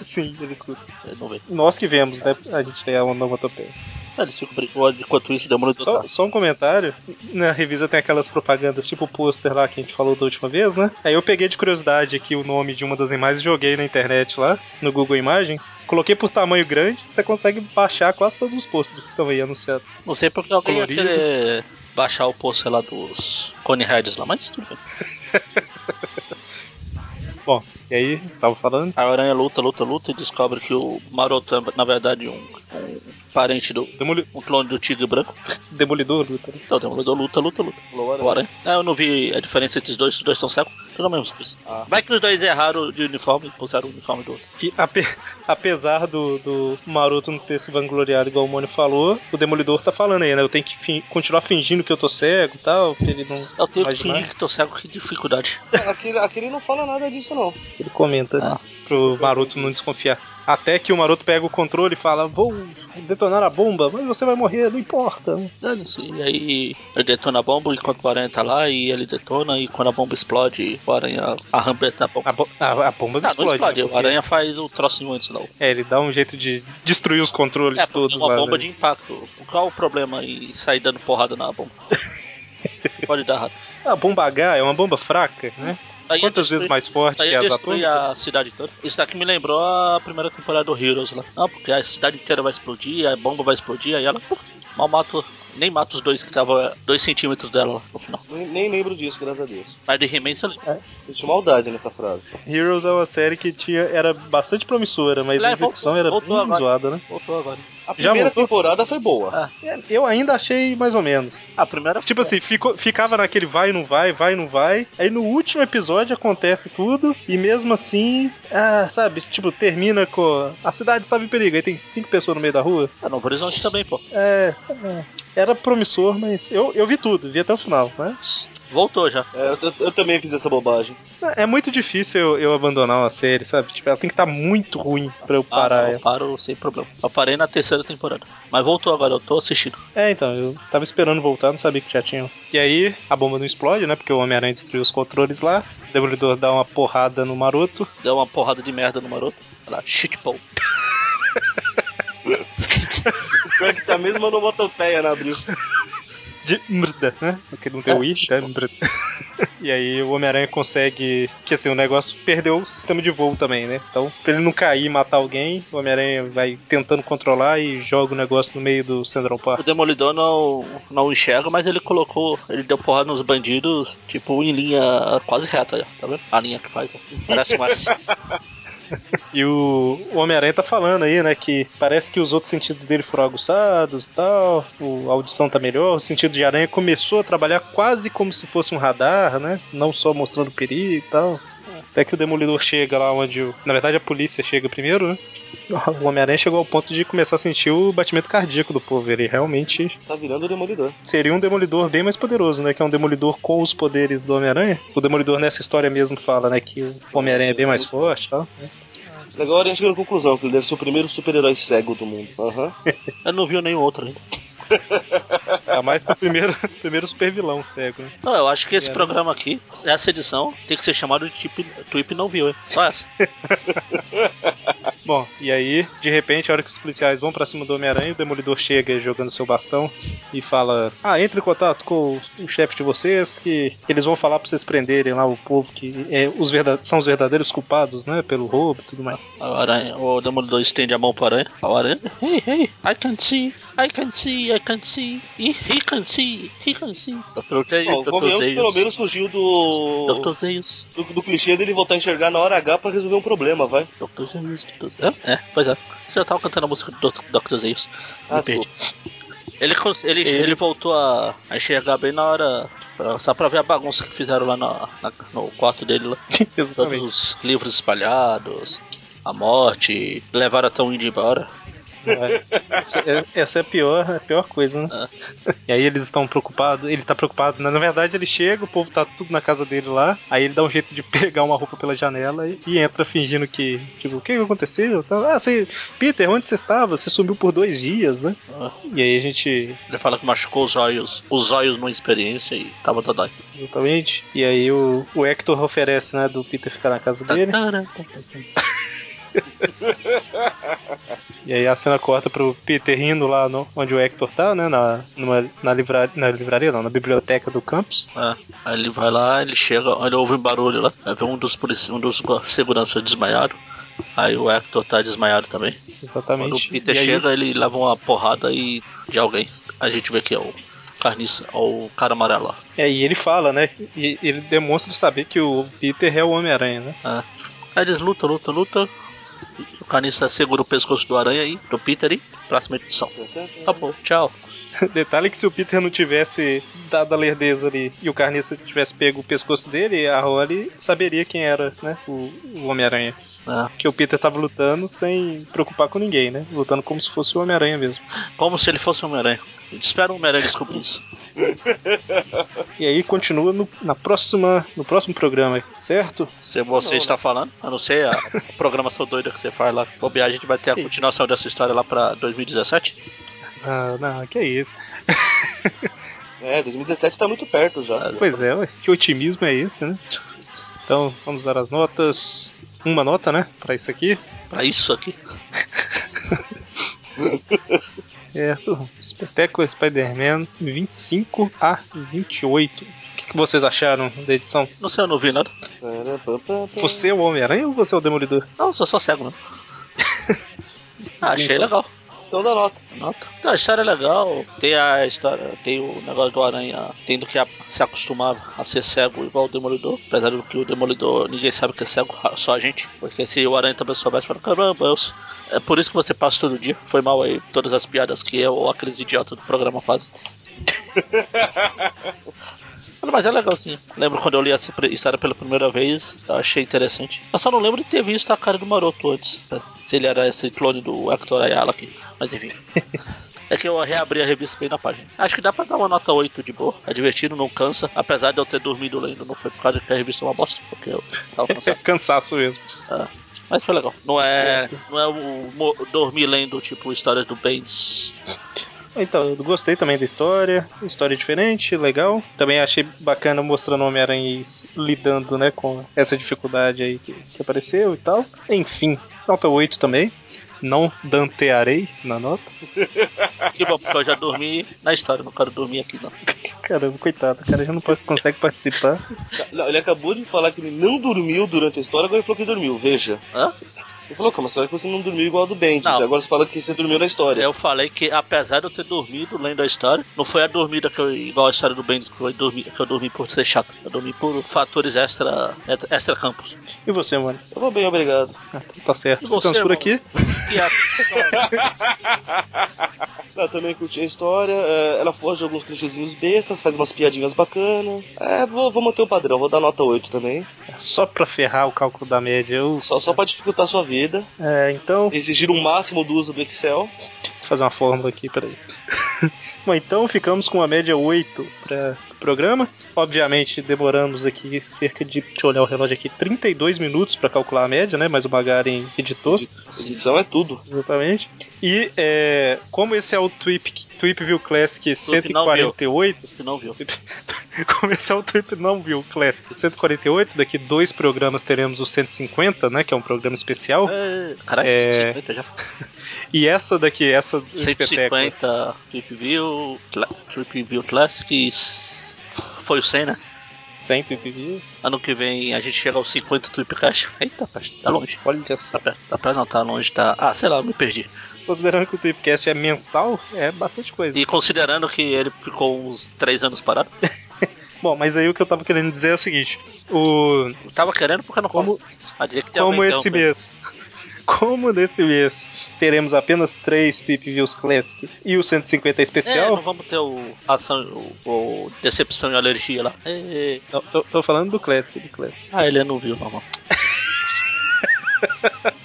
Speaker 1: Sim, ele escuta.
Speaker 2: ele não vê. "Ah,
Speaker 1: Nós que vemos, né? A gente tem a onomatopeia.
Speaker 2: Ele fica brigando enquanto isso, demora de
Speaker 1: Só, só um comentário. Na revista tem aquelas propagandas, tipo o pôster lá que a gente falou da última vez, né? Aí eu peguei de curiosidade aqui o nome de uma das imagens, joguei na internet lá, no Google Imagens. Coloquei por tamanho grande, você consegue baixar quase todos os pôsteres que estão aí anunciados.
Speaker 2: Não sei porque alguém ia
Speaker 1: Colorido.
Speaker 2: querer baixar o poço lá dos Cone Heads lá, mas tudo bem.
Speaker 1: Bom, e aí, estava falando?
Speaker 2: A aranha luta, luta, luta e descobre que o Maroto é, na verdade, um, um parente do.
Speaker 1: Demoli-
Speaker 2: um clone do Tigre Branco.
Speaker 1: Demolidor luta, né?
Speaker 2: Então, o Demolidor luta, luta, luta.
Speaker 3: Glória.
Speaker 2: O aranha. Ah, eu não vi a diferença entre os dois, os dois são cegos. Tudo a mesma coisa.
Speaker 1: Ah.
Speaker 2: Vai que os dois erraram de uniforme e usaram o uniforme do outro.
Speaker 1: E ape- apesar do, do Maroto não ter se vangloriado igual o Mônio falou, o Demolidor tá falando aí, né? Eu tenho que fin- continuar fingindo que eu tô cego e tal, que ele não.
Speaker 2: Eu tenho que
Speaker 1: Imagina.
Speaker 2: fingir que tô cego, que dificuldade.
Speaker 3: Aquele, aquele não fala nada disso, não.
Speaker 1: Ele comenta
Speaker 2: Ah.
Speaker 1: pro Maroto não desconfiar. Até que o Maroto pega o controle e fala: Vou detonar a bomba, mas você vai morrer, não importa.
Speaker 2: Dane-se. E aí ele detona a bomba enquanto o Aranha tá lá e ele detona e quando a bomba explode, o Aranha arrambeta a bomba.
Speaker 1: A, bo- a- a bomba
Speaker 2: Ah, Não,
Speaker 1: não,
Speaker 2: não
Speaker 1: explode.
Speaker 2: explode.
Speaker 1: né?
Speaker 2: O Aranha faz o trocinho antes lá.
Speaker 1: É, ele dá um jeito de destruir os controles
Speaker 2: É, porque
Speaker 1: todos
Speaker 2: é uma
Speaker 1: lá.
Speaker 2: bomba
Speaker 1: né?
Speaker 2: de impacto. Qual o problema em sair dando porrada na bomba? Pode dar errado.
Speaker 1: A bomba H é uma bomba fraca, né?
Speaker 2: Aí
Speaker 1: Quantas
Speaker 2: destrui-
Speaker 1: vezes mais forte
Speaker 2: Aí
Speaker 1: que as
Speaker 2: destruir a
Speaker 1: atômicas?
Speaker 2: cidade toda. Isso daqui me lembrou a primeira temporada do Heroes lá. Não, porque a cidade inteira vai explodir, a bomba vai explodir, aí ela puf, mal mata. Nem mata os dois que estavam dois centímetros dela lá no final.
Speaker 3: Nem, nem lembro disso, graças a Deus.
Speaker 2: Mas de He-Man você lembra.
Speaker 3: Existe maldade nessa frase.
Speaker 1: Heroes é uma série que tinha, era bastante promissora, mas a
Speaker 2: Ele
Speaker 1: execução
Speaker 2: É,
Speaker 1: era
Speaker 2: voltou- voltou
Speaker 1: bem
Speaker 2: agora.
Speaker 1: zoada, né?
Speaker 2: Voltou agora.
Speaker 3: A
Speaker 1: Já
Speaker 3: primeira
Speaker 1: voltou?
Speaker 3: temporada foi boa.
Speaker 1: Eu ainda achei mais ou menos.
Speaker 2: A primeira.
Speaker 1: Tipo assim, ficou- ficava naquele vai, não vai, vai, não vai. Aí no último episódio acontece tudo, e mesmo assim, ah, sabe, tipo, termina com. A cidade estava em perigo, aí tem cinco pessoas no meio da rua.
Speaker 2: Ah, Novo Horizonte também, pô.
Speaker 1: É. é, Era promissor, mas eu, eu vi tudo, vi até o final, né?
Speaker 2: Voltou já.
Speaker 3: É, eu, eu- eu também fiz essa bobagem.
Speaker 1: É muito difícil eu, eu abandonar uma série, sabe? Tipo, ela tem que estar muito ruim pra eu parar
Speaker 2: Ah,
Speaker 1: ela.
Speaker 2: eu paro sem problema. Eu parei na terceira temporada. Mas voltou agora, eu tô assistindo.
Speaker 1: É, então, eu tava esperando voltar, não sabia que já tinha. E aí, a bomba não explode, né? Porque o Homem-Aranha destruiu os controles lá. O Demolidor dá uma porrada no maroto.
Speaker 2: Deu uma porrada de merda no maroto. Olha lá, shitpole.
Speaker 3: O pior é que tá mesmo onomatopeia na abril.
Speaker 1: De mrda, né? Porque não tem o i, né? Mrda. E aí o Homem-Aranha consegue. Que assim, o negócio perdeu o sistema de voo também, né? Então, pra ele não cair e matar alguém, o Homem-Aranha vai tentando controlar e joga o negócio no meio do Central
Speaker 2: O
Speaker 1: Park.
Speaker 2: Demolidor não, não enxerga, mas ele colocou. Ele deu porrada nos bandidos, tipo, em linha quase reta, aí, ó, tá vendo? A linha que faz, ó. Parece um mais.
Speaker 1: E o o Homem-Aranha tá falando aí, né? Que parece que os outros sentidos dele foram aguçados e tal. O, a audição tá melhor. O sentido de aranha começou a trabalhar quase como se fosse um radar, né? Não só mostrando perigo e tal. Até que o Demolidor chega lá onde. o- Na verdade, a polícia chega primeiro, né? O Homem-Aranha chegou ao ponto de começar a sentir o batimento cardíaco do povo. Ele realmente
Speaker 3: Tá virando o demolidor.
Speaker 1: seria um demolidor bem mais poderoso, né? Que é um demolidor com os poderes do Homem-Aranha. O demolidor nessa história mesmo fala, né? Que o Homem-Aranha é bem mais forte e tal.
Speaker 3: Agora a gente chega à conclusão que ele deve ser o primeiro super-herói cego do mundo. Aham.
Speaker 2: Eu não vi nenhum outro ainda.
Speaker 1: Ainda mais pro primeiro, primeiro super vilão cego, né?
Speaker 2: Não, eu acho que esse
Speaker 1: Era.
Speaker 2: programa aqui, essa edição, tem que ser chamado de Tip, Twip não viu, hein? Só essa.
Speaker 1: Bom, e aí, de repente, a hora que os policiais vão pra cima do Homem-Aranha, o Demolidor chega jogando seu bastão e fala: Ah, entre em contato com o chefe de vocês, que eles vão falar pra vocês prenderem lá o povo que é, os verda- são os verdadeiros culpados, né? Pelo roubo e tudo mais.
Speaker 2: O, aranha, o Demolidor estende a mão pro aranha. O aranha. Hey, hey, I can see, I can see, I can see, he, he can see, he can see. Dr.
Speaker 3: Bom,
Speaker 2: Zeus,
Speaker 3: convenhamos
Speaker 2: Dr.
Speaker 3: que pelo
Speaker 2: Zeus.
Speaker 3: menos fugiu do,
Speaker 2: Dr. Zeus,
Speaker 3: do, do clichê dele voltar a enxergar na hora H pra resolver um problema, vai.
Speaker 2: Dr. Zeus, Dr. Zeus. É, é, pois é. Você tava cantando a música do Dr. Dr. Zeus.
Speaker 3: Ah,
Speaker 2: Me perdi. Ele, cons- ele, ele... voltou a, a enxergar bem na hora, pra- só pra ver a bagunça que fizeram lá na- na- no quarto dele. Lá. Todos
Speaker 1: Exatamente.
Speaker 2: os livros espalhados, a morte, levaram até um índio embora.
Speaker 1: É. Essa, é- essa é a pior, a pior coisa, né? E aí eles estão preocupados, ele tá preocupado, né? Na verdade, ele chega, o povo tá tudo na casa dele lá, aí ele dá um jeito de pegar uma roupa pela janela e, e entra fingindo que, tipo, o que que aconteceu? Ah, você, Peter, onde você estava? Você sumiu por dois dias, né?
Speaker 2: Ah.
Speaker 1: E aí a gente
Speaker 2: Ele fala que machucou os olhos, os olhos numa experiência e tava dodói.
Speaker 1: Exatamente. E aí o, o Hector oferece, né, do Peter ficar na
Speaker 2: Tá,
Speaker 1: casa dele.
Speaker 2: Tatara, tatara.
Speaker 1: E aí a cena corta pro Peter indo lá no, onde o Hector tá, né, na, numa, na, livra, na livraria, não, na biblioteca do campus.
Speaker 2: Ah, Aí ele vai lá, ele chega, ele ouve um barulho lá, aí vê um dos, polici- um dos gu- seguranças desmaiado. Aí o Hector tá desmaiado também. Quando o
Speaker 1: Exatamente.
Speaker 2: Peter
Speaker 1: e aí,
Speaker 2: chega, ele leva uma porrada aí de alguém. A gente vê que é o carniça, o cara amarelo lá.
Speaker 1: É, e ele fala, né? E ele demonstra saber que o Peter é o Homem-Aranha, né?
Speaker 2: Ah. Aí eles lutam, lutam, lutam. O canista segura o pescoço do aranha aí, do Peter aí. Próxima edição. Acabou, Tá tchau.
Speaker 1: Detalhe que se o Peter não tivesse dado a lerdeza ali e o Carniça tivesse pego o pescoço dele, a Holly saberia quem era, né? O, o Homem-Aranha.
Speaker 2: Ah,
Speaker 1: Que o Peter tava lutando sem preocupar com ninguém, né? Lutando como se fosse o Homem-Aranha mesmo.
Speaker 2: como se ele fosse o Homem-Aranha. A gente espera o Homem-Aranha descobrir isso.
Speaker 1: E aí continua no, na próxima, no próximo programa, certo?
Speaker 2: Se você está falando, a não ser a a programação doida que você faz lá, bobear, a gente vai ter a
Speaker 1: Sim.
Speaker 2: continuação dessa história lá pra 2017.
Speaker 1: Ah, não, que isso.
Speaker 3: É, 2017 tá muito perto já.
Speaker 1: Pois é, ué. que otimismo é esse, né? Então, vamos dar as notas. Uma nota, né? Pra isso aqui.
Speaker 2: Pra isso aqui.
Speaker 1: Certo. Espetáculo Spider-Man 25 a 28. O que, que vocês acharam da edição?
Speaker 2: Não sei, eu não vi nada.
Speaker 1: Você é o Homem-Aranha ou você é o Demolidor?
Speaker 2: Não, sou só cego, não. Ah, achei
Speaker 1: Então.
Speaker 2: legal.
Speaker 3: Então dá nota.
Speaker 2: Nota. Então, a história é legal. Tem a história, tem o negócio do Aranha tendo que a- se acostumar a ser cego igual o Demolidor. Apesar do que o Demolidor ninguém sabe que é cego, a- só a gente. Porque se o Aranha também soubesse, fala, caramba, eu s- é por isso que você passa todo dia. Foi mal aí todas as piadas que eu ou aqueles idiotas do programa fazem. Olha, Mas é legalzinho. Lembro quando eu li essa pre- história pela primeira vez, eu achei interessante. Eu só não lembro de ter visto a cara do Maroto antes. né? Se ele era esse clone do Hector Ayala aqui. Mas enfim. É que eu reabri a revista bem na página. Acho que dá pra dar uma nota 8 de boa. É divertido, não cansa. Apesar de eu ter dormido lendo, não foi por causa que a revista é uma bosta, porque eu tava
Speaker 1: É
Speaker 2: cansado. É.
Speaker 1: cansaço mesmo.
Speaker 2: Mas foi legal. Não é, não é o mo- dormir lendo, tipo, histórias do Bendis.
Speaker 1: Então, eu gostei também da história. História diferente, legal. Também achei bacana mostrando o Homem-Aranha e s- lidando né, com essa dificuldade aí que, que apareceu e tal. Enfim, nota 8 também. Não dantearei na nota.
Speaker 2: Que bom, porque eu já dormi na história, não quero dormir aqui não.
Speaker 1: Caramba, coitado, o cara já não pode- consegue participar.
Speaker 3: Não, ele acabou de falar que ele não dormiu durante a história, agora ele falou que dormiu, veja.
Speaker 2: Hã?
Speaker 3: Ele falou, calma, será que você não dormiu igual a do Bendis?
Speaker 2: Não. É
Speaker 3: Agora você fala que você dormiu na história.
Speaker 2: Eu falei que, apesar de eu ter dormido lendo a história, não foi a dormida que eu, igual a história do Bendis, que eu dormi, que eu dormi por ser chato. Eu dormi por fatores extra, extra campos.
Speaker 1: E você, mano?
Speaker 3: Eu vou Tá bem, obrigado.
Speaker 1: Ah, então tá certo.
Speaker 2: E você,
Speaker 1: Ficamos por
Speaker 2: mano?
Speaker 1: aqui.
Speaker 2: Que é-
Speaker 3: Eu também curti a história, é, ela foge de alguns clichêzinhos bestas, faz umas piadinhas bacanas. É, vou, vou manter o padrão, vou dar nota 8 também.
Speaker 1: É Só pra ferrar o cálculo da média. Eu,
Speaker 3: Só, só pra dificultar a sua vida.
Speaker 1: é, então,
Speaker 3: Exigir o máximo do uso do Excel.
Speaker 1: Vou fazer uma fórmula aqui, peraí. Bom, então ficamos com a média 8 para o programa. Obviamente, demoramos aqui cerca de. Deixa eu olhar o relógio aqui, 32 minutos para calcular a média, né? Mas o Magaren editou,
Speaker 2: Sim.
Speaker 3: Edição é tudo.
Speaker 1: exatamente. E é, como esse é o Tweep, Tweepville Classic
Speaker 2: não
Speaker 1: 148.
Speaker 2: que não viu.
Speaker 1: Como esse é o Tweep não viu Classic 148, daqui dois programas teremos o 150, né? Que é um programa especial.
Speaker 2: É, Caralho,
Speaker 1: É.
Speaker 2: 150 já.
Speaker 1: E essa daqui, essa do espetáculo.
Speaker 2: 150 Trip View, Cla- Trip View Classic. e s- Foi o 100, né?
Speaker 1: 100 views.
Speaker 2: Ano que vem a gente chega aos 50 Trip Caixa. Eita, caixa, tá longe.
Speaker 1: Olha é só.
Speaker 2: Tá perto, tá perto, não, tá longe, tá. Ah, sei lá, eu me perdi.
Speaker 1: Considerando que o Tripcast é mensal, é bastante coisa.
Speaker 2: E considerando que ele ficou uns 3 anos parado,
Speaker 1: Bom, mas aí o que eu tava querendo dizer é o seguinte: o
Speaker 2: eu tava querendo porque não
Speaker 1: como,
Speaker 2: Mas tinha que ter
Speaker 1: como
Speaker 2: alguém,
Speaker 1: esse
Speaker 2: então,
Speaker 1: mês. Como nesse mês teremos apenas três Trip Views Classic e o 150
Speaker 2: É, não
Speaker 1: especial,
Speaker 2: vamos ter o ação, o, o decepção e alergia lá. É, é.
Speaker 1: Não, tô, tô falando do Classic, do Classic.
Speaker 2: Ah, ele não viu, normal.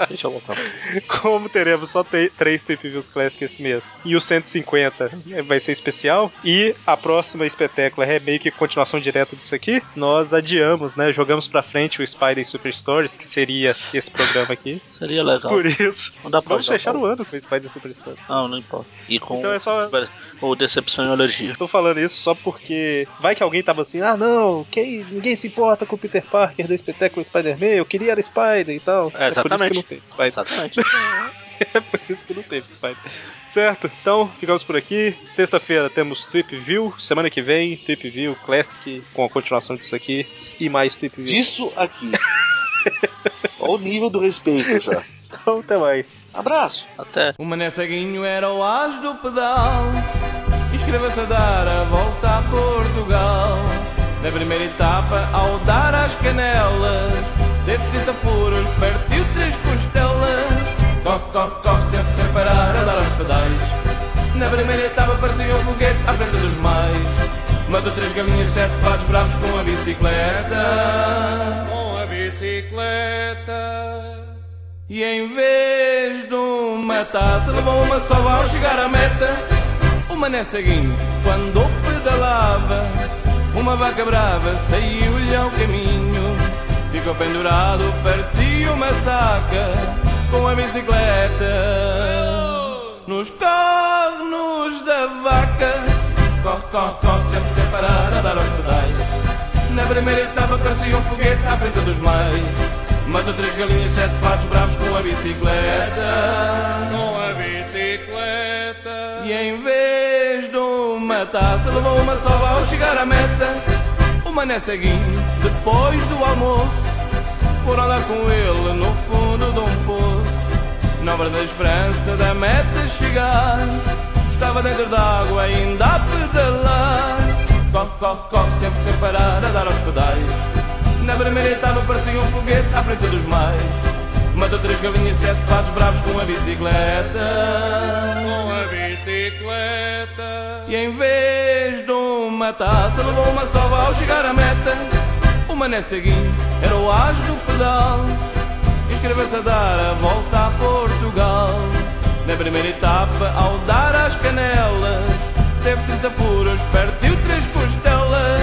Speaker 2: Deixa eu voltar.
Speaker 1: Como teremos só te- três Trip Views Classic esse mês e o 150 vai ser especial e a próxima espetácula remake e continuação direta disso aqui, nós adiamos, né? Jogamos pra frente o Spider Super Stories, que seria esse programa aqui.
Speaker 2: Seria legal.
Speaker 1: Por isso,
Speaker 2: Não dá pra
Speaker 1: Vamos
Speaker 2: jogar,
Speaker 1: fechar
Speaker 2: não.
Speaker 1: o ano com o Spider Superstar.
Speaker 2: Não, não importa. E com
Speaker 1: Então é só.
Speaker 2: o decepção e alergia.
Speaker 1: Tô falando isso só porque. Vai que alguém tava assim, ah não, quem, ninguém se importa com o Peter Parker da espetáculo Spider-Man, eu queria era Spider e tal.
Speaker 2: É, exatamente.
Speaker 1: É por isso que não teve Spider.
Speaker 2: Exatamente.
Speaker 1: É por isso que não teve Spider. Certo? Então, ficamos por aqui. Sexta-feira temos Trip View. Semana que vem, Trip View Classic, com a continuação disso aqui. E mais Trip View.
Speaker 3: Disso aqui. Olha o nível do respeito já.
Speaker 1: Então, até mais.
Speaker 3: Abraço.
Speaker 2: Até.
Speaker 4: O Mané Ceguinho era o as do pedal Inscreva-se a dar a volta a Portugal Na primeira etapa ao dar as canelas Teve 30 furos, partiu três costelas Corre, corre, corre, sempre sem parar a dar aos pedais. Na primeira etapa parecia um foguete à frente dos mais. Matou três galinhas, sete patos bravos com a bicicleta. Com a bicicleta. E em vez de uma taça, levou uma só ao chegar à meta. O mané ceguinho, quando pedalava, uma vaca brava saiu-lhe ao caminho. Ficou pendurado, parecia uma saca, com a bicicleta. Nos cornos da vaca, corre, corre, corre, sempre sem parar a dar aos pedais. Na primeira etapa parecia um foguete à frente dos mais. Mata três galinhas, sete patos bravos com a bicicleta. Com a bicicleta. E em vez de uma taça, levou uma sova ao chegar à meta. O mané ceguinho, depois do almoço, por andar com ele no fundo de um poço. Na hora da esperança da meta é chegar, estava dentro d'água ainda a pedalar. Corre, corre, corre, sempre sem parar a dar aos pedais. Na primeira etapa parecia um foguete à frente dos mais. Matou três galinhas, sete patos bravos com a bicicleta. Com a bicicleta. E em vez de uma taça, levou uma sova ao chegar à meta. O mané ceguinho era o as do pedal. Inscreveu-se a dar a volta a Portugal. Na primeira etapa, ao dar as canelas, teve 30 furos, partiu três costelas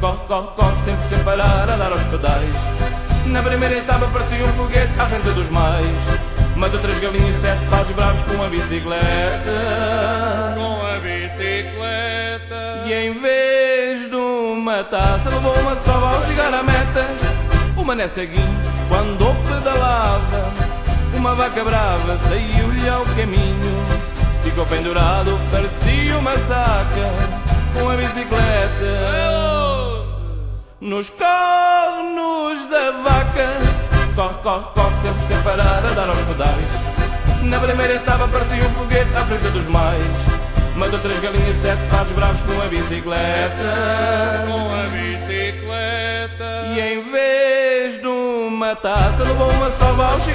Speaker 4: corre, corre, corre, sempre sem parar a dar aos pedais. Na primeira etapa parecia um foguete à frente dos mais. Matou três galinhas e sete patos bravos com a bicicleta. Com a bicicleta. E em vez de uma taça, levou uma sova ao chegar à meta. O mané ceguinho, quando pedalava, uma vaca brava saiu-lhe ao caminho. Ficou pendurado, parecia uma saca com a bicicleta nos cornos da vaca. Corre, corre, corre, sempre sem parar a dar aos pedais. Na primeira etapa parecia um foguete à frente dos mais. Matou três galinhas, sete patos bravos com a bicicleta. Com a bicicleta. E em vez de uma taça, levou uma sova ao chegar.